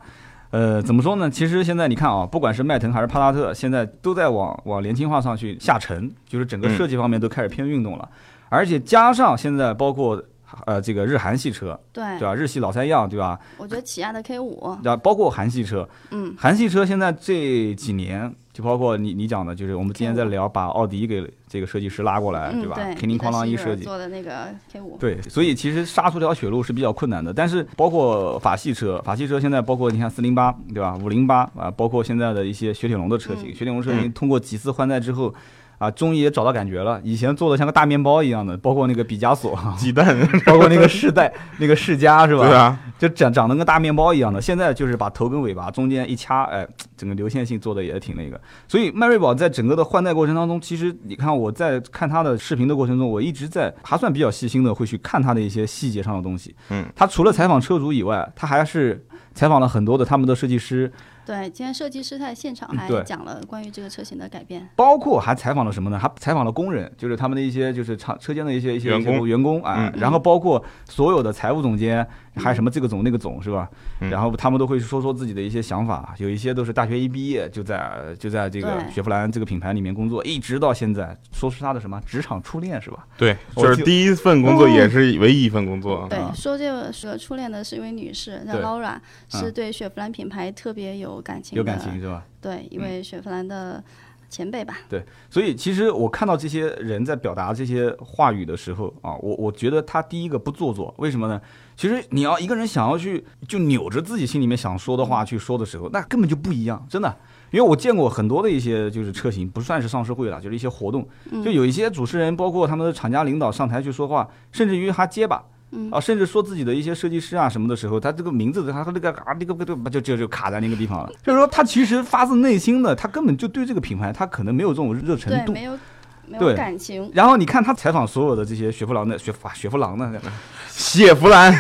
Speaker 4: 呃，怎么说呢？其实现在你看啊，不管是迈腾还是帕萨特，现在都在往往年轻化上去下沉，就是整个设计方面都开始偏运动了，而且加上现在包括。呃，这个日韩系车，
Speaker 5: 对
Speaker 4: 对吧？啊日系老三样，对吧？
Speaker 5: 我觉得起亚的 K 五，
Speaker 4: 然后包括韩系车，
Speaker 5: 嗯，
Speaker 4: 韩系车现在这几年，就包括你你讲的，就是我们今天在聊把奥迪给这个设计师拉过来，
Speaker 5: 嗯，
Speaker 4: 吧？
Speaker 5: 对，
Speaker 4: 叮铃哐啷一
Speaker 5: 一
Speaker 4: 设计，
Speaker 5: 做的那个 K 五，
Speaker 4: 对，所以其实杀出这条血路是比较困难的。但是包括法系车，法系车现在包括你看四零八对吧，五零八啊，包括现在的一些雪铁龙的车型，
Speaker 5: 嗯
Speaker 4: 雪铁龙车型通过几次换代之后。啊，终于也找到感觉了。以前做的像个大面包一样的，包括那个毕加索，
Speaker 3: 鸡蛋，
Speaker 4: *laughs* 包括那
Speaker 3: *laughs*
Speaker 4: 个世代、那个世嘉，是吧？
Speaker 3: 对啊，
Speaker 4: 就长长得跟大面包一样的，现在就是把头跟尾巴中间一掐，哎，整个流线性做的也挺那个。所以迈锐宝在整个的换代过程当中，其实你看我在看它的视频的过程中，我一直在还算比较细心的会去看它的一些细节上的东西。
Speaker 3: 嗯，
Speaker 4: 它除了采访车主以外，它还是采访了很多的他们的设计师，
Speaker 5: 对，今天设计师在现场还
Speaker 4: 嗯对嗯
Speaker 5: 讲了关于这个车型的改变，
Speaker 4: 包括还采访了什么呢？还采访了工人，就是他们的一些就是厂车间的一些一些
Speaker 3: 员工嗯
Speaker 4: 一些员工啊，然后包括所有的财务总监，还有什么这个总那个总是吧？
Speaker 3: 嗯
Speaker 4: 然后他们都会说说自己的一些想法，有一些都是大学一毕业就在就在这个
Speaker 5: 对
Speaker 4: 雪佛兰这个品牌里面工作，一直到现在，说是他的什么职场初恋是吧？
Speaker 3: 对，
Speaker 4: 我
Speaker 3: 就是
Speaker 4: 就
Speaker 3: 第一份工作也是唯一一份工作。
Speaker 5: 对
Speaker 4: 啊，
Speaker 5: 说这个是初恋的是一位女士叫
Speaker 4: 对嗯
Speaker 5: Laura，是对雪佛兰品牌特别有感情的，
Speaker 4: 有感情是吧？嗯
Speaker 5: 对，一位雪佛兰的前辈吧，
Speaker 4: 所以其实我看到这些人在表达这些话语的时候啊，我我觉得他第一个不做作，为什么呢？其实你要一个人想要去就扭着自己心里面想说的话去说的时候，那根本就不一样，真的。因为我见过很多的一些就是车型，不算是上市会了，就是一些活动，
Speaker 5: 嗯
Speaker 4: 就有一些主持人，包括他们的厂家领导上台去说话，甚至于还结巴。
Speaker 5: 嗯
Speaker 4: 啊，甚至说自己的一些设计师啊什么的时候，他这个名字，他和那个啊，那个那个就就就卡在那个地方了。就是说，他其实发自内心的，他根本就对这个品牌，他可能没有这种热忱
Speaker 5: 对，
Speaker 4: 度。
Speaker 5: 没有没
Speaker 4: 对
Speaker 5: 有感情，
Speaker 4: 然后你看他采访所有的这些雪佛兰的雪啊雪佛兰的
Speaker 3: 谢弗兰，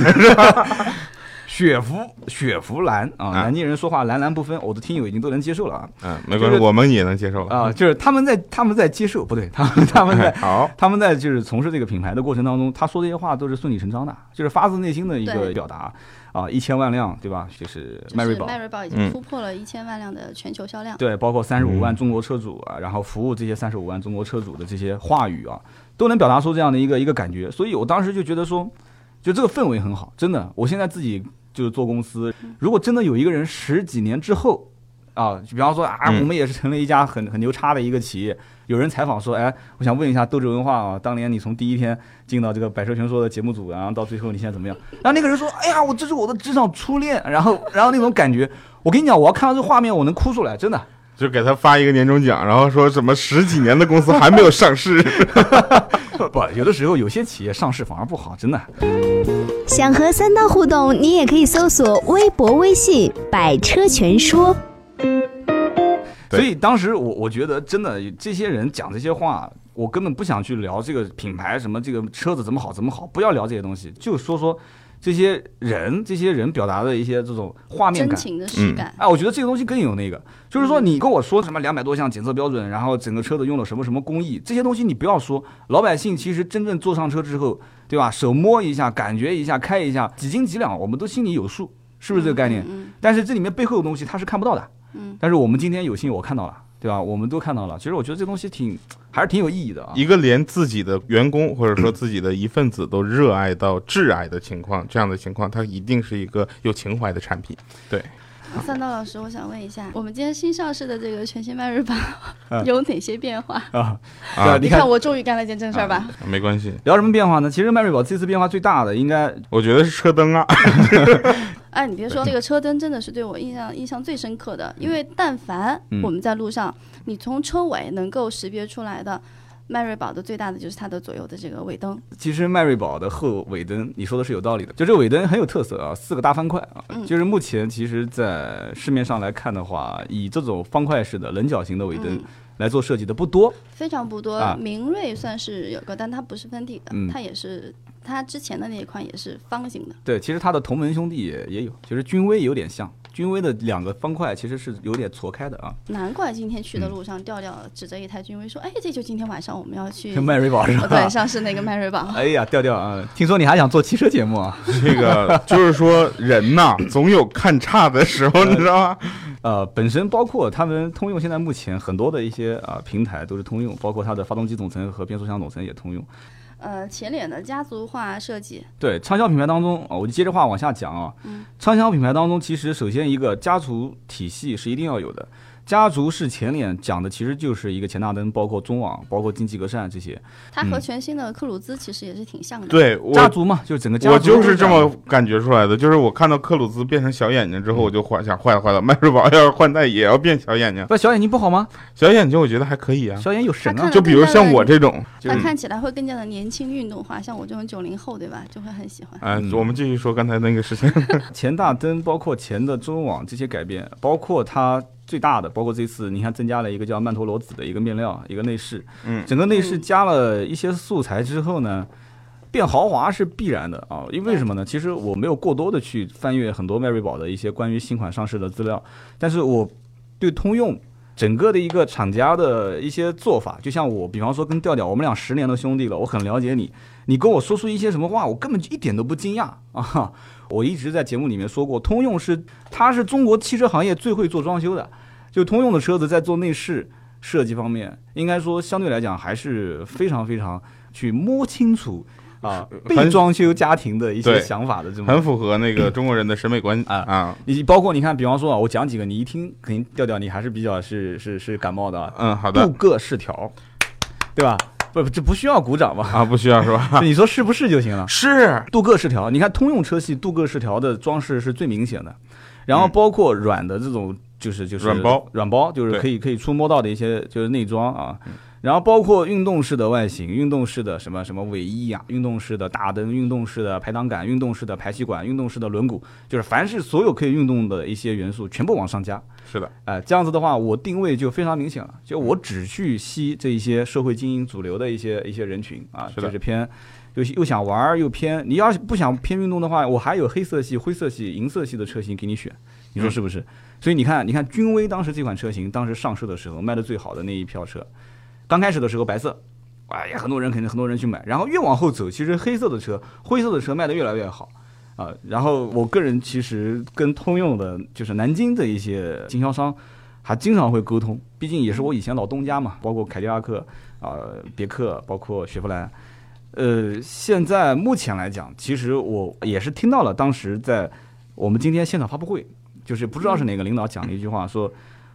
Speaker 4: 雪佛雪佛兰啊，
Speaker 3: 啊
Speaker 4: 南京人说话兰兰不分，我的听友已经都能接受了啊
Speaker 3: *laughs* 嗯，没关系，
Speaker 4: 就是
Speaker 3: 我们也能接受了。
Speaker 4: 啊，就是他们在他们在接受不对， *laughs* 他们他们在
Speaker 3: 好，
Speaker 4: 他们在就是从事这个品牌的过程当中，他说这些话都是顺理成章的，就是发自内心的一个
Speaker 5: 对
Speaker 4: 表达啊，一千万辆对吧？就是
Speaker 5: 就
Speaker 4: 迈锐
Speaker 5: 是
Speaker 4: 宝。
Speaker 5: 迈锐宝已
Speaker 3: 嗯
Speaker 5: 经突破了一千万辆的全球销量，
Speaker 4: 对，包括三十五万
Speaker 3: 嗯
Speaker 4: 中国车主啊，然后服务这些三十五万中国车主的这些话语啊，都能表达出这样的一个一个感觉。所以我当时就觉得说，就这个氛围很好，真的。我现在自己就是做公司，如果真的有一个人十几年之后。啊，比方说啊，
Speaker 3: 嗯
Speaker 4: 我们也是成了一家很很牛叉的一个企业。有人采访说，哎，我想问一下斗志文化啊，当年你从第一天进到这个百车全说的节目组，然后到最后你现在怎么样？然后那个人说，哎呀，我这是我的职场初恋，然后然后那种感觉，我跟你讲，我要看到这画面，我能哭出来，真的。
Speaker 3: 就给他发一个年终奖，然后说什么十几年的公司还没有上 *laughs* 市，
Speaker 4: 不，有的时候有些企业上市反而不好，真的。
Speaker 1: 想和三刀互动，你也可以搜索微博、微信“百车全说
Speaker 3: 对
Speaker 4: 所以当时我我觉得真的这些人讲这些话，我根本不想去聊这个品牌什么这个车子怎么好怎么好，不要聊这些东西，就说说这些人这些人表达的一些这种画面
Speaker 5: 真
Speaker 4: 感。
Speaker 5: 情的实感。
Speaker 4: 哎，我觉得这个东西更有那个，就是
Speaker 5: 嗯
Speaker 4: 说你跟我说什么两百多项检测标准，然后整个车子用了什么什么工艺，这些东西你不要说。老百姓其实真正坐上车之后，对吧？手摸一下，感觉一下，开一下，几斤几两，我们都心里有数，是不是这个概念？
Speaker 5: 嗯
Speaker 4: 但是这里面背后的东西它是看不到的。
Speaker 5: 嗯
Speaker 4: 但是我们今天有幸我看到了，对吧？我们都看到了。其实我觉得这东西挺还是挺有意义的啊。
Speaker 3: 一个连自己的员工或者说自己的一份子都热爱到挚爱的情况，这样的情况，它一定是一个有情怀的产品。
Speaker 5: 嗯。三道老师，我想问一下，我们今天新上市的这个全新迈锐宝
Speaker 4: 嗯
Speaker 5: *laughs* 有哪些变化？
Speaker 4: 啊，对
Speaker 3: 啊
Speaker 4: 啊，
Speaker 5: 你
Speaker 4: 你看啊
Speaker 5: 看，我终于干了件正事儿吧？
Speaker 3: 没关系，
Speaker 4: 聊什么变化呢？其实迈锐宝这次变化最大的应该
Speaker 3: 我觉得是车灯啊，
Speaker 5: 哎，你别说，这个车灯真的是对我印象印象最深刻的，因为但凡
Speaker 4: 嗯
Speaker 5: 我们在路上，你从车尾能够识别出来的。迈锐宝的最大的就是它的左右的这个尾灯，
Speaker 4: 其实迈锐宝的后尾灯，你说的是有道理的，就这尾灯很有特色啊，四个大方块啊，
Speaker 5: 嗯
Speaker 4: 就是目前其实，在市面上来看的话，以这种方块式的棱角形的尾灯
Speaker 5: 嗯
Speaker 4: 来做设计的不多，
Speaker 5: 非常不多。
Speaker 4: 啊
Speaker 5: 明锐算是有个，但它不是分体的，
Speaker 4: 嗯
Speaker 5: 它也是它之前的那一款也是方形的。
Speaker 4: 对，其实它的同门兄弟也也有，其实君威有点像，君威的两个方块其实是有点错开的啊，
Speaker 5: 难怪今天去
Speaker 4: 嗯
Speaker 5: 的路上，调调指着一台君威说：“哎，这就今天晚上我们要去
Speaker 4: 跟 *laughs* 迈锐宝是吧
Speaker 5: 哦对，？上市那个迈锐宝。
Speaker 4: 哎呀，调调啊，听说你还想做汽车节目啊？ *laughs*
Speaker 3: 这个 *laughs* 就是说人呐、总有看差的时候，你知道吗？
Speaker 4: 呃，本身包括他们通用现在目前很多的一些啊、呃平台都是通用，包括它的发动机总成和变速箱总成也通用。
Speaker 5: 呃，前脸的家族化设计，
Speaker 4: 对畅销品牌当中啊，我就接着话往下讲啊。畅销品牌当中，其实首先一个家族体系是一定要有的。家族式前脸讲的其实就是一个前大灯，包括中网，包括进气格栅这些
Speaker 5: 它和全新的科鲁兹其实也是挺像的。
Speaker 3: 嗯对我
Speaker 4: 家族嘛，就是整个家族。
Speaker 3: 我就是这么感觉出来的，就是我看到克鲁兹变成小眼睛之后，我就坏想坏了坏了，迈锐宝要是换代也要变小眼睛，
Speaker 4: 不，小眼睛不好吗？
Speaker 3: 小眼睛我觉得还可以啊，
Speaker 4: 小眼有神
Speaker 5: 他
Speaker 4: 啊
Speaker 5: 看！
Speaker 3: 就比如像我这种，
Speaker 5: 它看起来会更加的年轻运动化，像我这种九零后，对吧，就会很喜欢。
Speaker 3: 哎，
Speaker 4: 嗯
Speaker 3: 我们继续说刚才那个事情，
Speaker 4: 前大灯，包括前的中网这些改变，包括它最大的，包括这次你看增加了一个叫曼陀罗紫的一个面料，一个内饰，
Speaker 3: 嗯
Speaker 4: 整个内饰加了一些素材之后呢。变豪华是必然的啊，因为什么呢？其实我没有过多的去翻阅很多迈锐宝的一些关于新款上市的资料，但是我对通用整个的一个厂家的一些做法，就像我，比方说跟调调，我们俩十年的兄弟了，我很了解你，你跟我说出一些什么话，我根本就一点都不惊讶啊！我一直在节目里面说过，通用是它是中国汽车行业最会做装修的，就通用的车子在做内饰设计方面，应该说相对来讲还是非常非常去摸清楚啊被
Speaker 3: 很
Speaker 4: 装修家庭的一些
Speaker 3: 对
Speaker 4: 想法的这么
Speaker 3: 很符合那个中国人的审美观
Speaker 4: 啊
Speaker 3: 啊，
Speaker 4: 你包括你看，比方说啊，我讲几个，你一听肯定调调，你还是比较是是是感冒的啊。
Speaker 3: 嗯，好
Speaker 4: 镀
Speaker 3: 的
Speaker 4: 铬饰条，对吧？不，这不需要鼓掌
Speaker 3: *laughs*
Speaker 4: 吧？
Speaker 3: 啊，不需要是吧？
Speaker 4: 你说是不是就行了？
Speaker 3: 是，
Speaker 4: 镀铬饰条，你看通用车系镀铬饰条的装饰是最明显的，然后
Speaker 3: 嗯
Speaker 4: 包括软的这种，就是就是
Speaker 3: 软包，
Speaker 4: 软包就是
Speaker 3: 对嗯
Speaker 4: 可以可以触摸到的一些就是内装啊，然后包括运动式的外形，运动式的什么什么尾翼啊，运动式的大灯，运动式的排挡杆，运动式的排气管，运动式的轮毂，就是凡是所有可以运动的一些元素全部往上加。
Speaker 3: 是的，
Speaker 4: 哎、这样子的话，我定位就非常明显了，就我只去吸这一些社会精英主流的一些一些人群啊，
Speaker 3: 是的
Speaker 4: 就是偏又又想玩儿又偏，你要是不想偏运动的话，我还有黑色系、灰色系、银色系的车型给你选，你说
Speaker 3: 嗯
Speaker 4: 是不是？所以你看，你看君威当时这款车型当时上市的时候卖的最好的那一票车，刚开始的时候白色。哎呀，很多人肯定很多人去买，然后越往后走，其实黑色的车、灰色的车卖的越来越好，啊、然后我个人其实跟通用的，就是南京的一些经销商，还经常会沟通，毕竟也是我以前老东家嘛，包括凯迪拉克、啊、别克，包括雪佛兰。呃，现在目前来讲，其实我也是听
Speaker 5: 嗯
Speaker 4: 到了当时在我们今天现场发布会，就是不知道是哪个领导讲了一句话，说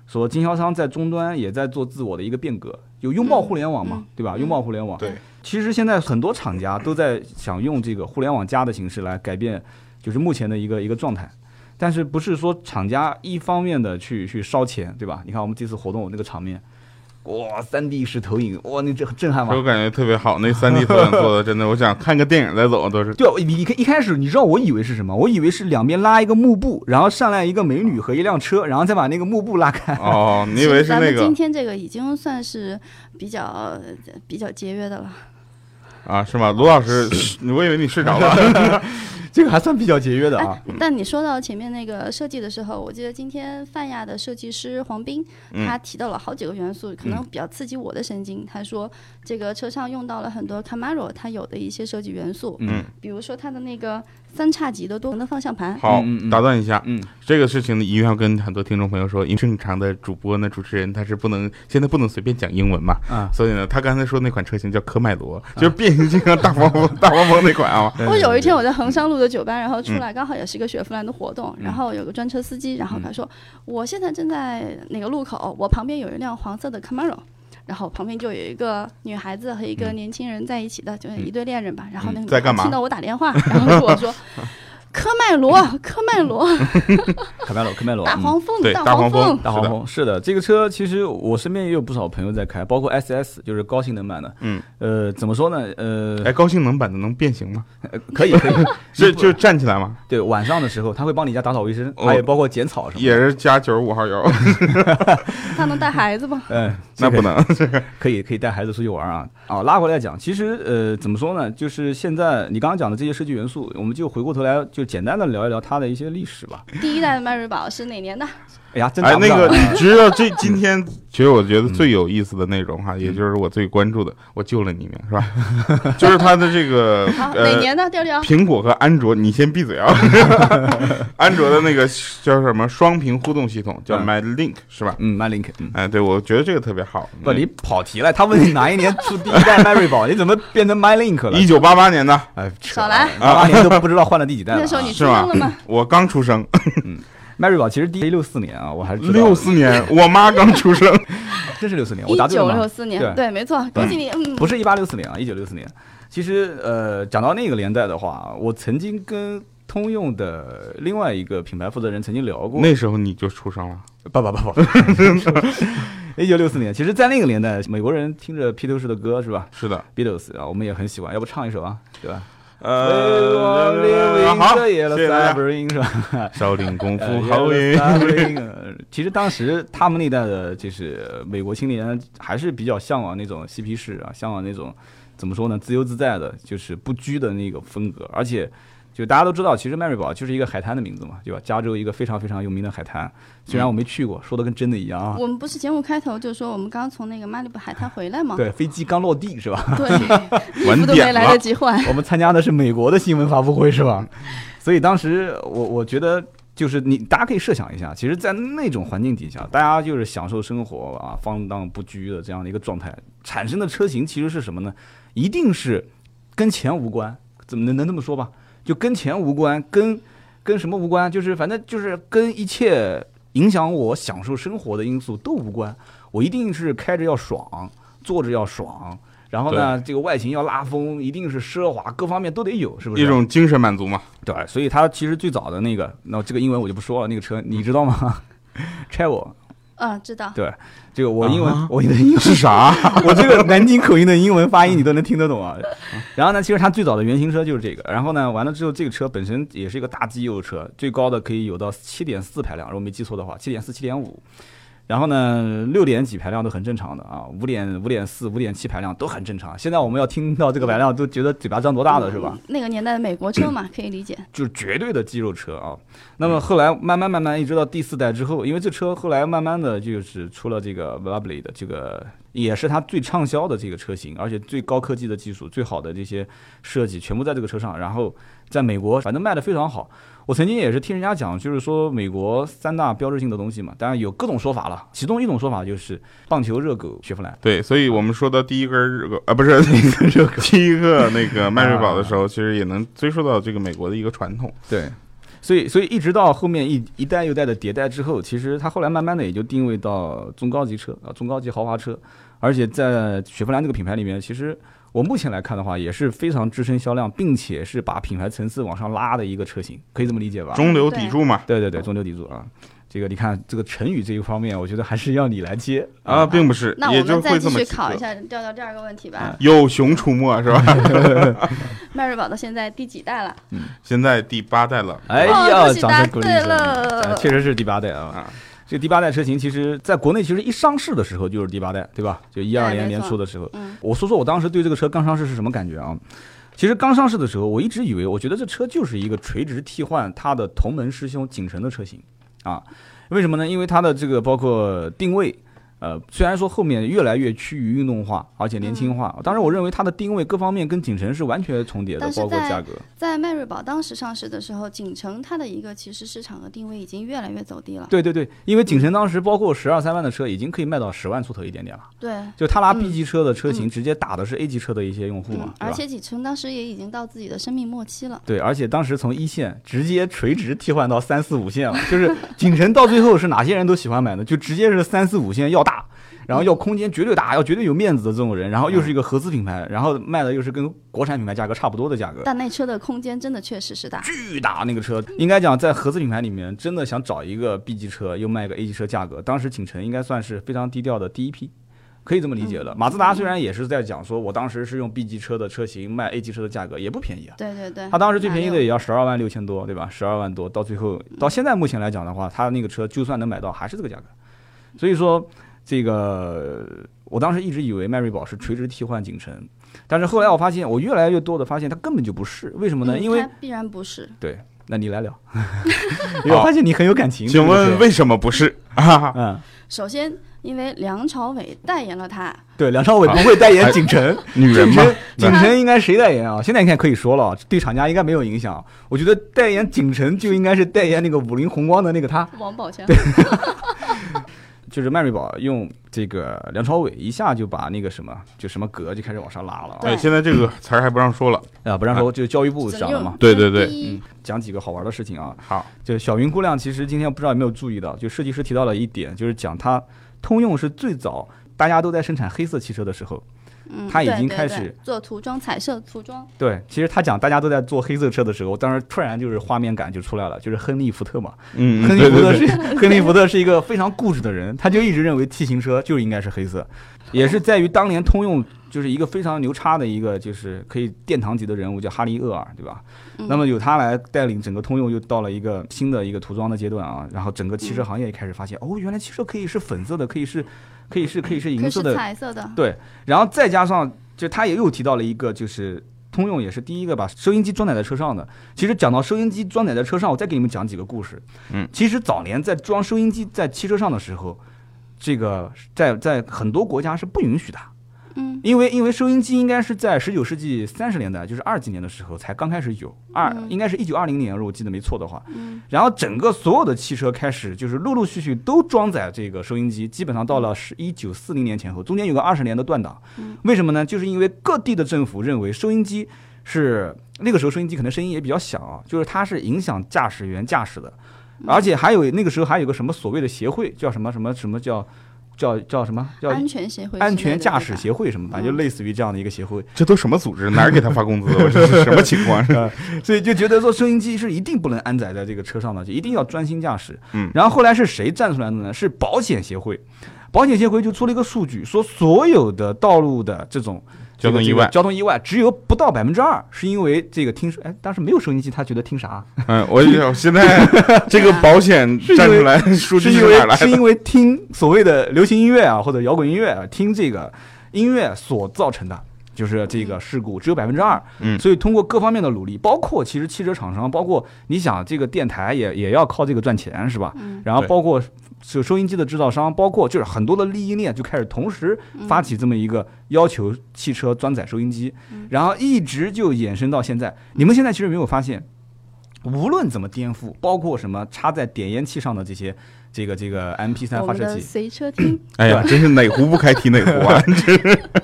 Speaker 4: 说经销商在终端也在做自我的一个变革，就拥抱互联网嘛，
Speaker 5: 嗯
Speaker 4: 对吧？拥抱互联网。
Speaker 3: 对，
Speaker 4: 其实现在很多厂家都在想用这个互联网加的形式来改变，就是目前的一个一个状态。但是不是说厂家一方面的去去烧钱，对吧？你看我们这次活动那个场面，哇，三 D 式投影，哇，那这很震撼
Speaker 3: 我
Speaker 4: 吧？
Speaker 3: 感觉特别好，那三 D 投影做的真
Speaker 4: *laughs*
Speaker 3: 的，我想看个电影再走都是。
Speaker 4: 对啊，你你看一开始你知道我以为是什么？我以为是两边拉一个幕布，然后上来一个美女和一辆车，然后再把那个幕布拉开。
Speaker 3: 哦，你以为是
Speaker 5: 咱
Speaker 3: 那
Speaker 5: 们今
Speaker 3: 个
Speaker 5: 天这个已经算是比较呃比较节约的了。
Speaker 3: 啊？是吗？卢
Speaker 4: *laughs*
Speaker 3: 老师，我以为你睡着了。
Speaker 4: *laughs* 这个还算比较节约的啊
Speaker 5: 哎。，但你说到前面那个设计的时候，我记得今天泛亚的设计师黄斌，
Speaker 3: 嗯
Speaker 5: 他提到了好几个元素，可能比较刺激我的神经。他说这个车上用到了很多 Camaro 它有的一些设计元素，
Speaker 4: 嗯
Speaker 5: 比如说它的那个三叉戟的多功能方向盘，
Speaker 3: 好
Speaker 4: 嗯嗯，嗯
Speaker 3: 打断一下，
Speaker 4: *laughs* 嗯，
Speaker 3: 这个事情呢，一定要跟很多听众朋友说，因为正常的主播呢，主持人他是不能现在不能随便讲英文嘛，
Speaker 4: 啊
Speaker 3: 所以呢，他刚才说那款车型叫科迈罗，就是变形金刚大黄蜂大黄蜂那款 *laughs* 啊，
Speaker 5: 我有一天我在衡山路的酒吧，然后出
Speaker 3: 嗯
Speaker 5: 来刚好也是一个雪佛兰的活动，然后有个专车司机，然后他说我现在正在哪个路口，我旁边有一辆黄色的 Camaro。然后旁边就有一个女孩子和一个年轻人在一起的，就是一对恋人吧。然后那个女
Speaker 3: 嗯在干
Speaker 5: 孩
Speaker 3: 嘛
Speaker 5: 听到我打电话，然后跟我说：“科迈罗，科
Speaker 3: *laughs*
Speaker 5: 迈罗，
Speaker 4: 凯迈罗，凯迈罗，
Speaker 5: 大
Speaker 4: 嗯
Speaker 5: 黄蜂，
Speaker 3: 对大
Speaker 5: 黄
Speaker 3: 黄蜂
Speaker 4: 大黄蜂是的，这个车其实我身边也有不少朋友在开，包括 SS 就是高性能版的。
Speaker 3: 嗯，
Speaker 4: 呃，怎么说呢？呃，
Speaker 3: 哎，高性能版的能变形吗？
Speaker 4: 可以可以，
Speaker 3: 是就站起来吗？
Speaker 4: *laughs* 对，晚上的时候他会帮你家打扫卫生，
Speaker 3: 哦
Speaker 4: 还有包括剪草什么的。
Speaker 3: 也是加九十五号油，
Speaker 5: 他能带孩子吗？”
Speaker 4: 嗯，
Speaker 3: *laughs* 那不 *laughs* 能。
Speaker 4: 可以可以带孩子出去玩啊。啊，拉回来讲，其实呃，怎么说呢？就是现在你刚刚讲的这些设计元素，我们就回过头来就简单的聊一聊它的一些历史吧。
Speaker 5: 第一代的迈锐宝是哪
Speaker 3: *laughs*
Speaker 5: 年的？
Speaker 4: 哎呀，真
Speaker 3: 哎
Speaker 4: 答，不
Speaker 3: 那
Speaker 4: 上
Speaker 3: 个
Speaker 4: 啊
Speaker 3: 你知道这今天其实我觉得最有意思的内容哈，也就是我最关注的，我救了你一命是吧？ *laughs* 就是它的这个
Speaker 5: 好，哪
Speaker 3: 呃，
Speaker 5: 年的调调？
Speaker 3: 苹果和安卓，你先闭
Speaker 4: *laughs*
Speaker 3: 嘴啊！安卓的那个叫什么双屏互动系统叫
Speaker 4: 嗯
Speaker 3: My Link 是吧？
Speaker 4: 嗯，MyLink，嗯。
Speaker 3: 哎，对，我觉得这个特别好。
Speaker 4: 不，你跑题了。他问你哪一年出第一代迈锐宝，你 *laughs* 怎么变成 MyLink 了
Speaker 3: 嗯一？九八八年的，
Speaker 4: 哎，
Speaker 3: 啊
Speaker 5: 少来，
Speaker 4: 八年都不知道换了第几代了啊。
Speaker 5: 那时候你出
Speaker 3: 是
Speaker 5: 生
Speaker 3: 吧嗯
Speaker 5: 了吗？？
Speaker 3: 我刚出生，
Speaker 4: 迈锐宝其实第一六四年啊，我还是知道的
Speaker 3: 六四年，我妈刚出
Speaker 4: *laughs*
Speaker 3: 生。
Speaker 4: 真是六
Speaker 3: 啊 *laughs*
Speaker 4: 四年，我
Speaker 5: 一
Speaker 4: 答对
Speaker 5: 九
Speaker 4: 了
Speaker 5: 六
Speaker 4: 吗？
Speaker 5: 四年，
Speaker 4: 对
Speaker 5: 对，没错，恭喜你，嗯，
Speaker 4: 不是一八六四年啊，一九六四年。其实呃，讲到那个年代的话，我曾经跟通用的另外一个品牌负责人曾经聊过。
Speaker 3: 那时候你就出生了，
Speaker 4: 不不不不，一九六四年，其实，在那个年代，美国人听着披头士的歌是吧
Speaker 3: 是的。
Speaker 4: ？Beatles 啊，我们也很喜欢，要不唱一首啊，对吧？
Speaker 3: 呃，好，
Speaker 4: 这也了
Speaker 3: 谢谢大家。
Speaker 4: Submarine 是吧？
Speaker 3: *laughs* 少林功夫
Speaker 4: 呃
Speaker 3: 好
Speaker 4: 也
Speaker 3: 运
Speaker 4: 有。Submarine，呃其实当时他们那代的，就是美国青年啊还是比较向往那种嬉皮士啊，向往那种怎么说呢，自由自在的，就是不拘的那个风格。而且，就大家都知道，其实迈锐宝就是一个海滩的名字嘛，对吧？加州一个非常非常有名的海滩，虽然我没去过，说的跟真的一样
Speaker 3: 嗯
Speaker 4: 啊。
Speaker 5: 我们不是节目开头就说我们刚从那个马里布海滩回来吗？
Speaker 4: 对，飞机刚落地是吧？ *laughs*
Speaker 5: 对，
Speaker 3: 晚
Speaker 5: 衣服都
Speaker 3: 点啊
Speaker 5: 没来
Speaker 3: 了
Speaker 5: 得及换。
Speaker 4: 我们参加的是美国的新闻发布会是吧？所以当时我我觉得。就是你，大家可以设想一下，其实，在那种环境底下，大家就是享受生活啊，放荡不拘的这样的一个状态，产生的车型其实是什么呢？一定是跟钱无关，怎么能能这么说吧？就跟钱无关，跟跟什么无关？就是反正就是跟一切影响我享受生活的因素都无关。我一定是开着要爽，坐着要爽，然后呢，这个外形要拉风，一定是奢华，各方面都得有，是不是？
Speaker 3: 一种精神满足嘛，
Speaker 4: 对，所以它其实最早的那个，那这个英文我就不说了，那个车你知道吗？Travel，
Speaker 5: 嗯，知道。
Speaker 4: 对，这个我英文、
Speaker 3: 啊
Speaker 4: 我的英文
Speaker 3: 是啥？
Speaker 4: 我这个南京口音的英文发音你都能听得懂啊。然后呢，其实它最早的原型车就是这个。然后呢，完了之后，这个车本身也是一个大肌肉车，最高的可以有到七点四排量，如果没记错的话，七点四、七点五。然后呢，六点几排量都很正常的啊，五点、五点四、五点七排量都很正常。现在我们要听到这个排量，都觉得嘴巴张多大的是吧？嗯
Speaker 5: 那个年代的美国车嘛，可以理解。
Speaker 4: 就是绝对的肌肉车啊。那么后来慢慢慢慢，一直到第四代之后，因为这车后来慢慢的就是出了这个 Lovely 的这个，也是它最畅销的这个车型，而且最高科技的技术、最好的这些设计全部在这个车上，然后在美国反正卖的非常好。我曾经也是听人家讲，就是说美国三大标志性的东西嘛，当然有各种说法了，其中一种说法就是棒球、热狗、雪佛兰。
Speaker 3: 对，所以我们说到第一根 *laughs* 热狗啊，不是第一个热狗，第一个那个迈锐宝的时候，其实也能追溯到这个美国的一个传统。
Speaker 4: 对，所以所以一直到后面一一代又代的迭代之后，其实它后来慢慢的也就定位到中高级车啊，中高级豪华车，而且在雪佛兰这个品牌里面，其实我目前来看的话，也是非常支撑销量，并且是把品牌层次往上拉的一个车型，可以这么理解
Speaker 5: 嗯
Speaker 4: 吧？
Speaker 3: 中流砥柱嘛。
Speaker 4: 对对对，中流砥柱啊。这个你看，这个成语这一方面，我觉得还是要你来接
Speaker 3: 啊，并不是，
Speaker 5: 那
Speaker 3: 也
Speaker 5: 我
Speaker 3: 就
Speaker 5: 们再
Speaker 3: 会
Speaker 5: 继
Speaker 3: 这么
Speaker 5: 续
Speaker 3: 几
Speaker 5: 考
Speaker 3: 个
Speaker 5: 一下，嗯调到第二个问题
Speaker 4: 嗯
Speaker 5: 吧。
Speaker 3: 有熊出没是吧？
Speaker 5: 迈锐宝到现在第几代了？
Speaker 3: *laughs* 现在第八代了，
Speaker 4: 哎
Speaker 5: 哦
Speaker 4: 呀，
Speaker 5: 恭喜
Speaker 4: 掌
Speaker 5: 答
Speaker 4: 声鼓励一
Speaker 5: 对
Speaker 4: 声！
Speaker 5: 了
Speaker 4: 啊确实是第八代啊
Speaker 3: 啊。
Speaker 4: 这第八代车型其实在国内其实一上市的时候就是第八代，对吧？就一二
Speaker 5: 对
Speaker 4: 年
Speaker 5: 没
Speaker 4: 年
Speaker 5: 错
Speaker 4: 初的时候
Speaker 5: 嗯，
Speaker 4: 我说说我当时对这个车刚上市是什么感觉啊？其实刚上市的时候，我一直以为，我觉得这车就是一个垂直替换它的同门师兄景程的车型啊。为什么呢？因为它的这个包括定位，呃，虽然说后面越来越趋于运动化，而且年轻化，当然我认为它的定位各方面跟景程是完全重叠的
Speaker 5: 嗯但，是
Speaker 4: 包括
Speaker 5: 在
Speaker 4: 价格。
Speaker 5: 在迈锐宝当时上市的时候，景程它的一个其实市场和定位已经越来越走低了。
Speaker 4: 对对对，因为景程当时包括十二三万的车已经可以卖到十万出头一点点了，
Speaker 5: 对，
Speaker 4: 就他拿
Speaker 5: 嗯
Speaker 4: B 级车的车型
Speaker 5: 嗯
Speaker 4: 直接打的是 A 级车的一些用户嘛
Speaker 5: 嗯，，而
Speaker 4: 对吧？嗯
Speaker 5: 且景程当时也已经到自己的生命末期了。
Speaker 4: 对，而且当时从一线直接垂直替换到三四五线了，就是景程到最后是哪些人都喜欢买的，就直接是三四五线要大，然后要空间绝对大，要绝对有面子的这种人，然后又是一个合资品牌，然后卖的又是跟国产品牌价格差不多的价格，
Speaker 5: 但那车的空间真的确实是大，
Speaker 4: 巨大那个车，应该讲在合资品牌里面，真的想找一个 B 级车又卖个 A 级车价格，当时景程应该算是非常低调的第一批，可以这么理解的。马自达虽然也是在讲说，我当时是用 B 级车的车型卖 A 级车的价格，也不便宜啊。
Speaker 5: 对对对。
Speaker 4: 它当时最便宜
Speaker 5: 马
Speaker 4: 的
Speaker 5: 六
Speaker 4: 也要十二万六千多，对吧？十二万多，到最后到现在目前来讲的话，它那个车就算能买到，还是这个价格。所以说，这个我当时一直以为迈锐宝是垂直替换景程，但是后来我发现，我越来越多的发现它根本就不是，为什么呢？
Speaker 5: 嗯
Speaker 4: 因为
Speaker 5: 它必然不是，
Speaker 4: 对，那你来
Speaker 3: *laughs*
Speaker 4: 聊。我发现你很有感情。
Speaker 3: 请问
Speaker 4: 为
Speaker 3: 为什么不是？啊，
Speaker 4: 嗯，
Speaker 5: 首先因为梁朝伟代言了它，
Speaker 4: 对，梁朝伟不会代言景程，
Speaker 3: 哎女人
Speaker 4: 景
Speaker 3: 嘛
Speaker 4: 程，景程应该谁代言啊？现在你看可以说了，对厂家应该没有影响。我觉得代言景程就应该是代言那个五菱宏光的那个他，
Speaker 5: 王宝强。
Speaker 4: 就是迈锐宝用这个梁朝伟一下就把那个什么就什么格就开始往上拉了
Speaker 5: 对
Speaker 3: 哎，现在这个词儿还不让说了。
Speaker 4: 啊，啊不让说就教育部
Speaker 5: 只
Speaker 4: 讲了
Speaker 5: 能用
Speaker 4: 嘛。
Speaker 3: 对对对
Speaker 5: 第一
Speaker 4: 讲几个好玩的事情啊，
Speaker 3: 好，
Speaker 4: 就小云姑娘，其实今天不知道有没有注意到，就设计师提到了一点，就是讲它通用是最早大家都在生产黑色汽车的时候，
Speaker 5: 嗯，
Speaker 4: 他已
Speaker 5: 对
Speaker 4: 经
Speaker 5: 对
Speaker 4: 开
Speaker 5: 对
Speaker 4: 始
Speaker 5: 做涂装、彩色涂装，
Speaker 4: 对，其实他讲大家都在做黑色车的时候，当时突然就是画面感就出来了，就是亨利·福特嘛，
Speaker 3: 嗯，嗯
Speaker 4: 亨利·
Speaker 3: 对
Speaker 4: 福
Speaker 3: 对
Speaker 4: 特
Speaker 3: 对，
Speaker 4: 是 *laughs* 亨利·福特是一个非常固执的人，他就一直认为 T 型车就应该是黑色，也是在于当年通用就是一个非常牛叉的一个就是可以殿堂级的人物叫哈利·厄尔，对吧？
Speaker 5: 嗯
Speaker 4: 那么由他来带领整个通用又到了一个新的一个涂装的阶段啊，然后整个汽
Speaker 5: 嗯
Speaker 4: 车行业也开始发现，哦，原来汽车可以是粉色的，可以是可以是可以是
Speaker 5: 可
Speaker 4: 银色
Speaker 5: 是
Speaker 4: 的，
Speaker 5: 彩色的，
Speaker 4: 对，然后再加上，就他也又提到了一个，就是通用也是第一个把收音机装载在车上的。其实讲到收音机装载在车上，我再给你们讲几个故事。
Speaker 3: 嗯，
Speaker 4: 其实早年在装收音机在汽车上的时候，这个在在很多国家是不允许的，
Speaker 5: 嗯，
Speaker 4: 因为因为收音机应该是在十九世纪三十年代，就是二几年的时候才刚开始有，二、
Speaker 5: 嗯
Speaker 4: 应该是一九二零年，如果我记得没错的话。
Speaker 5: 嗯，
Speaker 4: 然后整个所有的汽车开始就是陆陆续续都装载这个收音机，基本上到了
Speaker 5: 嗯
Speaker 4: 是一九四零年前后，中间有个二十年的断档。为什么呢？就是因为各地的政府认为收音机是那个时候收音机可能声音也比较小啊，就是它是影响驾驶员驾驶的，
Speaker 5: 嗯
Speaker 4: 而且还有那个时候还有个什么所谓的协会叫什么什么什么叫叫叫什么叫
Speaker 5: 安全协会之类的，
Speaker 4: 安全驾驶
Speaker 5: 会，
Speaker 4: 协会什么，反正就类似于这样的一个协会。
Speaker 3: 这都什么组织？哪儿给他发工资？我这是什么情 *laughs* 况？
Speaker 4: 所以就觉得说收音机是一定不能安载在这个车上的，就一定要专心驾驶。
Speaker 3: 嗯
Speaker 4: 然后后来是谁站出来的呢？是保险协会，保险协会就出了一个数据，说所有的道路的这种
Speaker 3: 交
Speaker 4: 这
Speaker 3: 通
Speaker 4: 个
Speaker 3: 意外
Speaker 4: 这个交通意外只有不到百分之二是因为这个听说，哎，当时没有收音机，他觉得听啥？
Speaker 3: 嗯，我就想现
Speaker 5: *laughs*
Speaker 3: 在
Speaker 5: 啊
Speaker 3: 这个保险站出来，数
Speaker 4: 是
Speaker 3: 据
Speaker 4: 因
Speaker 3: 是哪儿
Speaker 4: 为
Speaker 3: 来
Speaker 4: 是
Speaker 3: 的？
Speaker 4: 因为听所谓的流行音乐啊，或者摇滚音乐啊，听这个音乐所造成的。就是这个事故只有百分之二，
Speaker 3: 嗯
Speaker 4: 所以通过各方面的努力，包括其实汽车厂商，包括你想这个电台也也要靠这个赚钱是吧？
Speaker 5: 嗯
Speaker 4: 然后
Speaker 3: 对
Speaker 4: 包括收收音机的制造商，包括就是很多的利益链就开始同时
Speaker 5: 嗯
Speaker 4: 发起这么一个要求汽车装载收音机，
Speaker 5: 嗯
Speaker 4: 然后一直就衍生到现在。你们现在其实有没有发现，无论怎么颠覆，包括什么插在点烟器上的这些这个这个 MP3
Speaker 5: 我
Speaker 4: 发
Speaker 5: 们
Speaker 4: 射
Speaker 5: 的
Speaker 4: 器。
Speaker 5: 随车
Speaker 4: *clears throat*
Speaker 5: 听，
Speaker 3: 哎呀，真是哪壶不开提哪壶啊！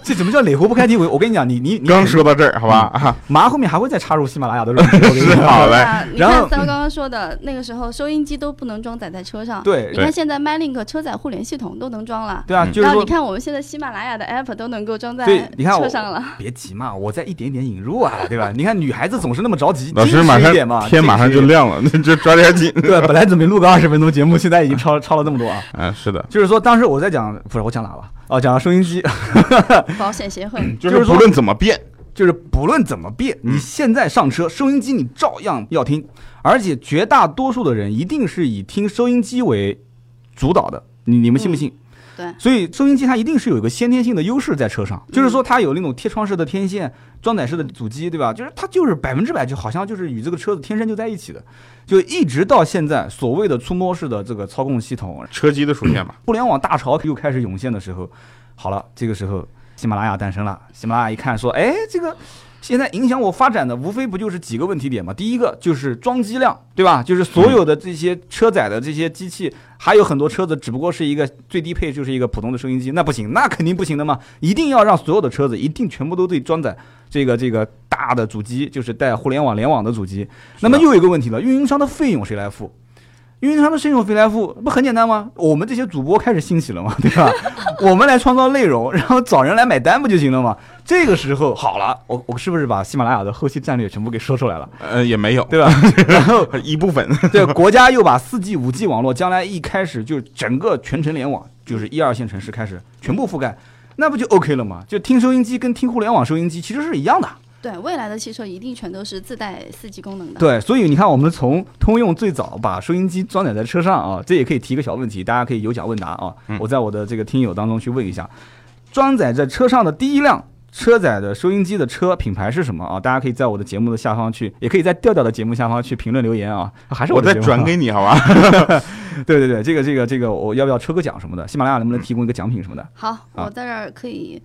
Speaker 4: 这怎么叫哪壶不开提我我跟你讲，你你你
Speaker 3: 刚说到这儿，好吧啊，
Speaker 4: 麻后面还会再插入喜马拉雅的软件，我跟你
Speaker 3: 是
Speaker 4: 讲。
Speaker 3: 好
Speaker 5: 对
Speaker 3: 嘞，
Speaker 5: 吧？你
Speaker 4: 然
Speaker 5: 看
Speaker 4: 后
Speaker 5: 三哥刚刚说的那个时候，收音机都不能装载在车上，
Speaker 4: 对
Speaker 5: 你
Speaker 3: 对
Speaker 5: 看现在 MyLink 车载互联系统都能装了，
Speaker 4: 对啊，
Speaker 3: 嗯
Speaker 4: 就是
Speaker 5: 然后
Speaker 4: 说
Speaker 5: 你，看我们现在喜马拉雅的 app 都能够装在
Speaker 4: 所以你看我
Speaker 5: 车上了。
Speaker 4: 别急嘛，我在一点点引入啊，对吧？你看女孩子总是那么着急，
Speaker 3: 老师马
Speaker 4: 矜持一点嘛
Speaker 3: 上天马上就。
Speaker 4: 矜持一点
Speaker 3: 亮了，那 *laughs* 就抓
Speaker 4: *laughs*
Speaker 3: 点紧。
Speaker 4: 对，本来准备录个二十分钟节目，现在已经超超了那么多啊！
Speaker 3: 嗯，是的，
Speaker 4: 就是说，当时我在讲，不是我讲喇叭哦，讲收音机， *laughs*
Speaker 5: 保险协会，
Speaker 4: 就
Speaker 3: 就
Speaker 4: 是是
Speaker 3: 不
Speaker 4: 说
Speaker 3: 论怎么变，
Speaker 4: 就是不论怎么变，你现在上车，收音机你照样要听，而且绝大多数的人一定是以听收音机为主导的，你你们信不信？
Speaker 5: 对
Speaker 4: 所以收音机它一定是有一个先天性的优势在车上，就是说它有那种贴窗式的天线、装载式的主机，对吧？就是它就是百分之百就好像就是与这个车子天生就在一起的，就一直到现在所谓的触摸式的这个操控系统，
Speaker 3: 车机的出现嘛，
Speaker 4: 互联网大潮又开始涌现的时候，好了，这个时候喜马拉雅诞生了。喜马拉雅一看说，哎，这个现在影响我发展的无非不就是几个问题点嘛？第一个就是装机量，对吧？就是所有的这些车载的这些机器，还有很多车子只不过是一个最低配就是一个普通的收音机，那不行，那肯定不行的嘛！一定要让所有的车子一定全部都得装载这个这个大的主机，就是带互联网联网的主机。那么又有一个问题了，运营商的费用谁来付？运营商的费用谁来付？不很简单吗？我们这些主播开始兴起了嘛， *laughs* 对吧？我们来创造内容， *laughs* 然后找人来买单不就行了吗？这个时候好了，我我是不是把喜马拉雅的后期战略全部给说出来了， *laughs*
Speaker 3: 呃，也没有，
Speaker 4: 嗯
Speaker 3: *laughs*
Speaker 4: 对吧？然 *laughs* 后
Speaker 3: 一部分，
Speaker 4: 对国家又把4 G、5 G 网络，将来一开始就整个全程联网，就是一二线城市开始全部覆盖，那不就 OK 了吗？就听收音机跟听互联网收音机其实是一样的。
Speaker 5: 对未来的汽车一定全都是自带四 G 功能的。
Speaker 4: 对，所以你看，我们从通用最早把收音机装载在车上啊，这也可以提一个小问题，大家可以有奖问答啊。我在我的这个听友当中去问一下，装载在车上的第一辆车载的收音机的车品牌是什么啊？大家可以在我的节目的下方去，也可以在调调的节目下方去评论留言啊。还是
Speaker 3: *laughs* 我
Speaker 4: 的
Speaker 3: 再
Speaker 4: 节目
Speaker 3: 转
Speaker 4: 啊
Speaker 3: 给你，好吧？
Speaker 4: *laughs* 对对对，这个这个这个，我要不要抽个奖什么的？喜马拉雅能不能提供一个奖品什么的？
Speaker 5: 好，
Speaker 4: 啊
Speaker 5: 我在这儿可以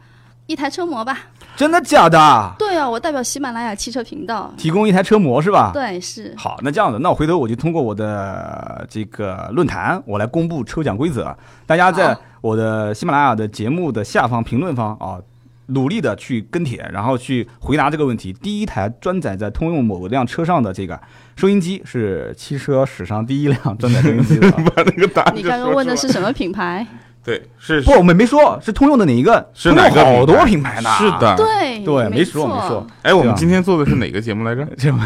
Speaker 5: 一台车模吧？
Speaker 4: 真的假的？
Speaker 5: 对啊，我代表喜马拉雅汽车频道。
Speaker 4: 提供一台车模是吧？
Speaker 5: 对，是
Speaker 4: 好，那这样子，那我回头我就通过我的呃这个论坛，我来公布抽奖规则。啊大家在
Speaker 5: 好
Speaker 4: 我的喜马拉雅的节目的下方评论方啊，努力的去跟帖，然后去回答这个问题。第一台装载在通用某辆车上的这个收音机是汽车史上第一辆装载收音机
Speaker 3: *laughs*
Speaker 4: 的啊。
Speaker 3: 把那个答案
Speaker 5: 你
Speaker 3: 就
Speaker 5: 刚刚
Speaker 3: 说
Speaker 5: 问
Speaker 3: 出
Speaker 5: 的
Speaker 3: 来
Speaker 5: 是什么
Speaker 4: *laughs*
Speaker 5: 品牌？
Speaker 3: 对，是
Speaker 4: 不，我们没说是通用的哪一个，
Speaker 3: 是哪
Speaker 4: 通
Speaker 3: 个
Speaker 4: 用好多品牌呢？
Speaker 3: 是，的，
Speaker 5: 对
Speaker 4: 啊对，
Speaker 5: 没
Speaker 4: 没说没
Speaker 3: *laughs*
Speaker 4: 说，
Speaker 3: 哎，我
Speaker 4: 对吧
Speaker 3: 们今天做的是哪个节目来着？
Speaker 4: 这 *laughs* 样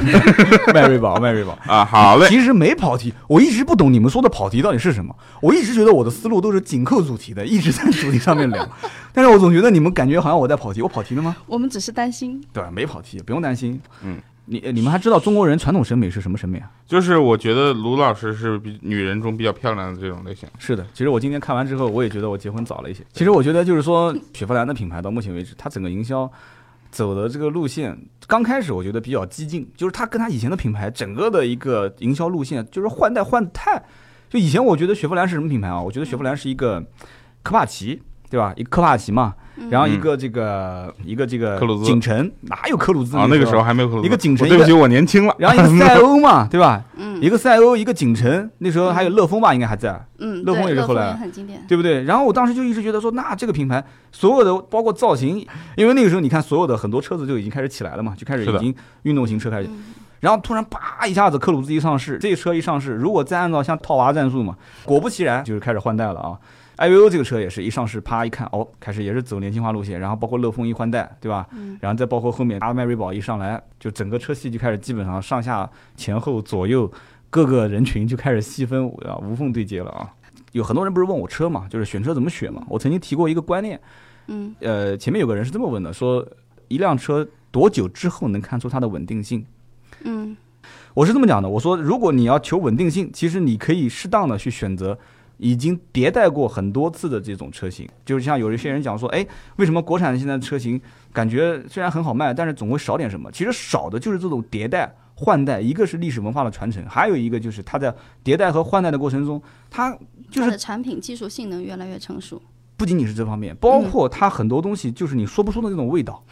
Speaker 4: 迈锐宝，迈锐宝。
Speaker 3: 啊，好嘞，
Speaker 4: 其实没跑题，我一直不懂你们说的跑题到底是什么。我一直觉得我的思路都是紧扣主题的，一直在主题上面 *laughs* 聊。但是我总觉得你们感觉好像我在跑题，我跑题了吗？
Speaker 5: 我们只是担心。
Speaker 4: 对，没跑题，不用担心。
Speaker 3: 嗯，
Speaker 4: 你你们还知道中国人传统审美是什么审美啊？
Speaker 3: 就是我觉得卢老师是比女人中比较漂亮的这种类型。
Speaker 4: 是的，其实我今天看完之后，我也觉得我结婚早了一些。其实我觉得就是说，雪佛兰的品牌到目前为止，它整个营销走的这个路线，刚开始我觉得比较激进，就是它跟它以前的品牌整个的一个营销路线，就是换代换得太。就以前我觉得雪佛兰是什么品牌啊？我觉得雪佛兰是一个科帕奇，对吧？一个科帕奇嘛，然后一个这个、一个这个
Speaker 3: 嗯科鲁兹
Speaker 4: 景城，哪有科鲁兹
Speaker 3: 啊，那个时
Speaker 4: 时
Speaker 3: 候还没有克鲁兹
Speaker 4: 一个景
Speaker 3: 我
Speaker 4: 深
Speaker 3: 对
Speaker 4: 一
Speaker 3: 不
Speaker 4: 个
Speaker 3: 起，我年轻了。
Speaker 4: 然后一个赛欧嘛，对吧？
Speaker 5: 嗯
Speaker 4: 一个赛欧，一个景城，那时候还有乐风吧，应该还在。
Speaker 5: 嗯，
Speaker 4: 乐
Speaker 5: 对，
Speaker 4: 风也是后来啊
Speaker 5: 乐很经典。
Speaker 4: 对不对？然后我当时就一直觉得说，那这个品牌所有的包括造型，因为那个时候你看所有的很多车子就已经开始起来了嘛，就开始
Speaker 3: 是的
Speaker 4: 已经运动型车开始
Speaker 5: 嗯。
Speaker 4: 然后突然啪一下子，科鲁兹一上市，这车一上市，如果再按照像套娃战术嘛，果不其然就是开始换代了啊。iVO 这个车也是一上市，啪一看，哦，开始也是走年轻化路线，然后包括乐风一换代，对吧？
Speaker 5: 嗯
Speaker 4: 然后再包括后面阿迈锐宝一上来，就整个车系就开始基本上上下前后左右各个人群就开始细分啊，无缝对接了啊。有很多人不是问我车嘛，就是选车怎么选嘛。我曾经提过一个观念，
Speaker 5: 嗯，
Speaker 4: 呃，前面有个人是这么问的，说一辆车多久之后能看出它的稳定性？
Speaker 5: 嗯，
Speaker 4: 我是这么讲的，我说如果你要求稳定性，其实你可以适当的去选择已经迭代过很多次的这种车型，就是像有一些人讲说，哎，为什么国产现在的车型感觉虽然很好卖，但是总会少点什么？其实少的就是这种迭代换代，一个是历史文化的传承，还有一个就是它在迭代和换代的过程中，它就
Speaker 5: 它
Speaker 4: 是
Speaker 5: 的产品技术性能越来越成熟。
Speaker 4: 不仅仅是这方面，包括它很多东西就是你说不出的那种味道，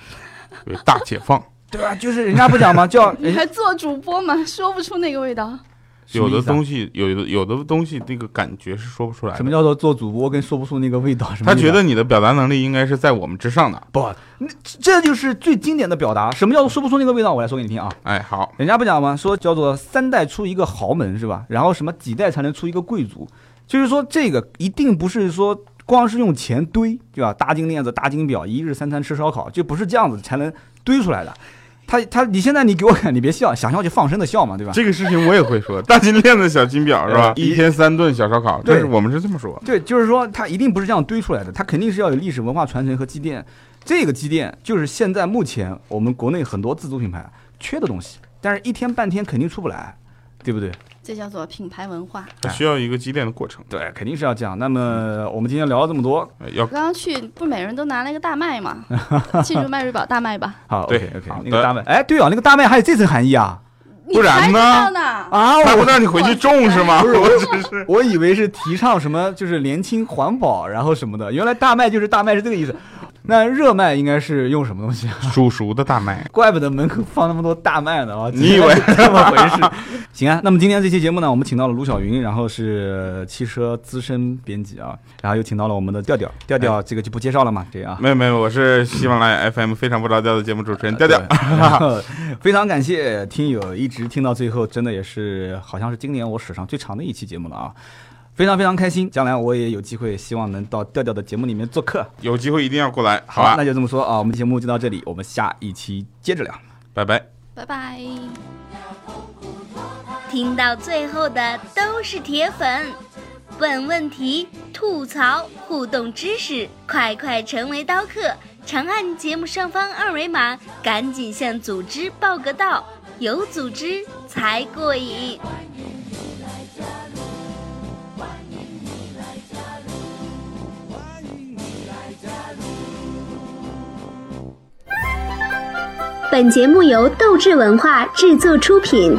Speaker 3: 对
Speaker 4: *laughs*
Speaker 3: 大解放，
Speaker 4: 对吧？就是人家不讲吗？叫人哎
Speaker 5: 你
Speaker 4: 家
Speaker 5: *laughs* 还做主播吗？说不出那个味道。
Speaker 4: 什么
Speaker 3: 有
Speaker 4: 意思啊啊
Speaker 3: 的东西，有的有的东西，那个感觉是说不出来
Speaker 4: 什么
Speaker 3: 的。
Speaker 4: 叫做做主播跟说不出那个味道？什么
Speaker 3: 他
Speaker 4: 意思啊
Speaker 3: 觉得你的表达能力应该是在我们之上的。
Speaker 4: 不，那这就是最经典的表达。什么叫说不出那个味道？我来说给你听啊。
Speaker 3: 哎，好，
Speaker 4: 人家不讲吗？说叫做三代出一个豪门是吧？然后什么几代才能出一个贵族？就是说这个一定不是说光是用钱堆，对吧？大金链子、大金表，一日三餐吃烧烤，就不是这样子才能堆出来的。他他，你现在你给我看，你别笑，想笑就放声的笑嘛，对吧？
Speaker 3: 这个事情我也会
Speaker 4: *laughs*
Speaker 3: 说，大金链子、小金表是吧
Speaker 4: 哎？
Speaker 3: 一天三顿小烧烤，
Speaker 4: 对
Speaker 3: 但是我们是这么说。
Speaker 4: 对，就是说它一定不是这样堆出来的，它肯定是要有历史文化传承和积淀。这个积淀就是现在目前我们国内很多自主品牌缺的东西，但是一天半天肯定出不来，对不对？
Speaker 5: 这叫做品牌文化。
Speaker 3: 它需要一个积淀的过程，
Speaker 4: 对，肯定是要这样。那么我们今天聊了这么多，
Speaker 3: 呃要
Speaker 5: 我刚刚去，不每人都拿了一个大
Speaker 4: *laughs*
Speaker 5: 麦嘛，庆祝迈锐宝大麦吧。
Speaker 4: 好，
Speaker 3: 对
Speaker 4: o k
Speaker 3: 好
Speaker 4: 那个大麦，哎，对啊，那个大麦还有这层含义啊
Speaker 3: 不然
Speaker 5: 你才知
Speaker 3: 呢
Speaker 5: 道呢？
Speaker 4: 啊！
Speaker 3: 他不
Speaker 4: 我
Speaker 3: 哎让你回去种是吗？我只是
Speaker 4: 我以为是提倡什么，就是年轻环保，然后什么的，原来大麦就是大麦是这个意思。那热麦应该是用什么东西啊？
Speaker 3: *laughs* 煮熟的大麦。
Speaker 4: 怪不得门口放那么多大麦呢啊！
Speaker 3: 你
Speaker 4: *laughs*
Speaker 3: 以为
Speaker 4: 这么回
Speaker 3: *laughs*
Speaker 4: 事？行啊，那么今天这期节目呢，我们请到了卢晓云，然后是汽车资深编辑啊，然后又请到了我们的调调，调调这个就不介绍了嘛，这个啊。
Speaker 3: 没有没有，我是喜马拉雅 FM 非常不着调的节目主持人调调。
Speaker 4: 然后 *laughs* 非常感谢听友一直听到最后，真的也是好像是今年我史上最长的一期节目了啊，非常非常开心。将来我也有机会，希望能到调调的节目里面做客。
Speaker 3: *laughs* 有机会一定要过来，好吧
Speaker 4: 那？就这么说啊，我们节目就到这里，我们下一期接着聊。
Speaker 3: 拜拜。
Speaker 5: 拜拜。
Speaker 6: 听到最后的都是铁粉，问问题、吐槽、互动知识，快快成为刀客！长按节目上方二维码，赶紧向组织报个到，有组织才过瘾。
Speaker 1: 本节目由斗志文化制作出品，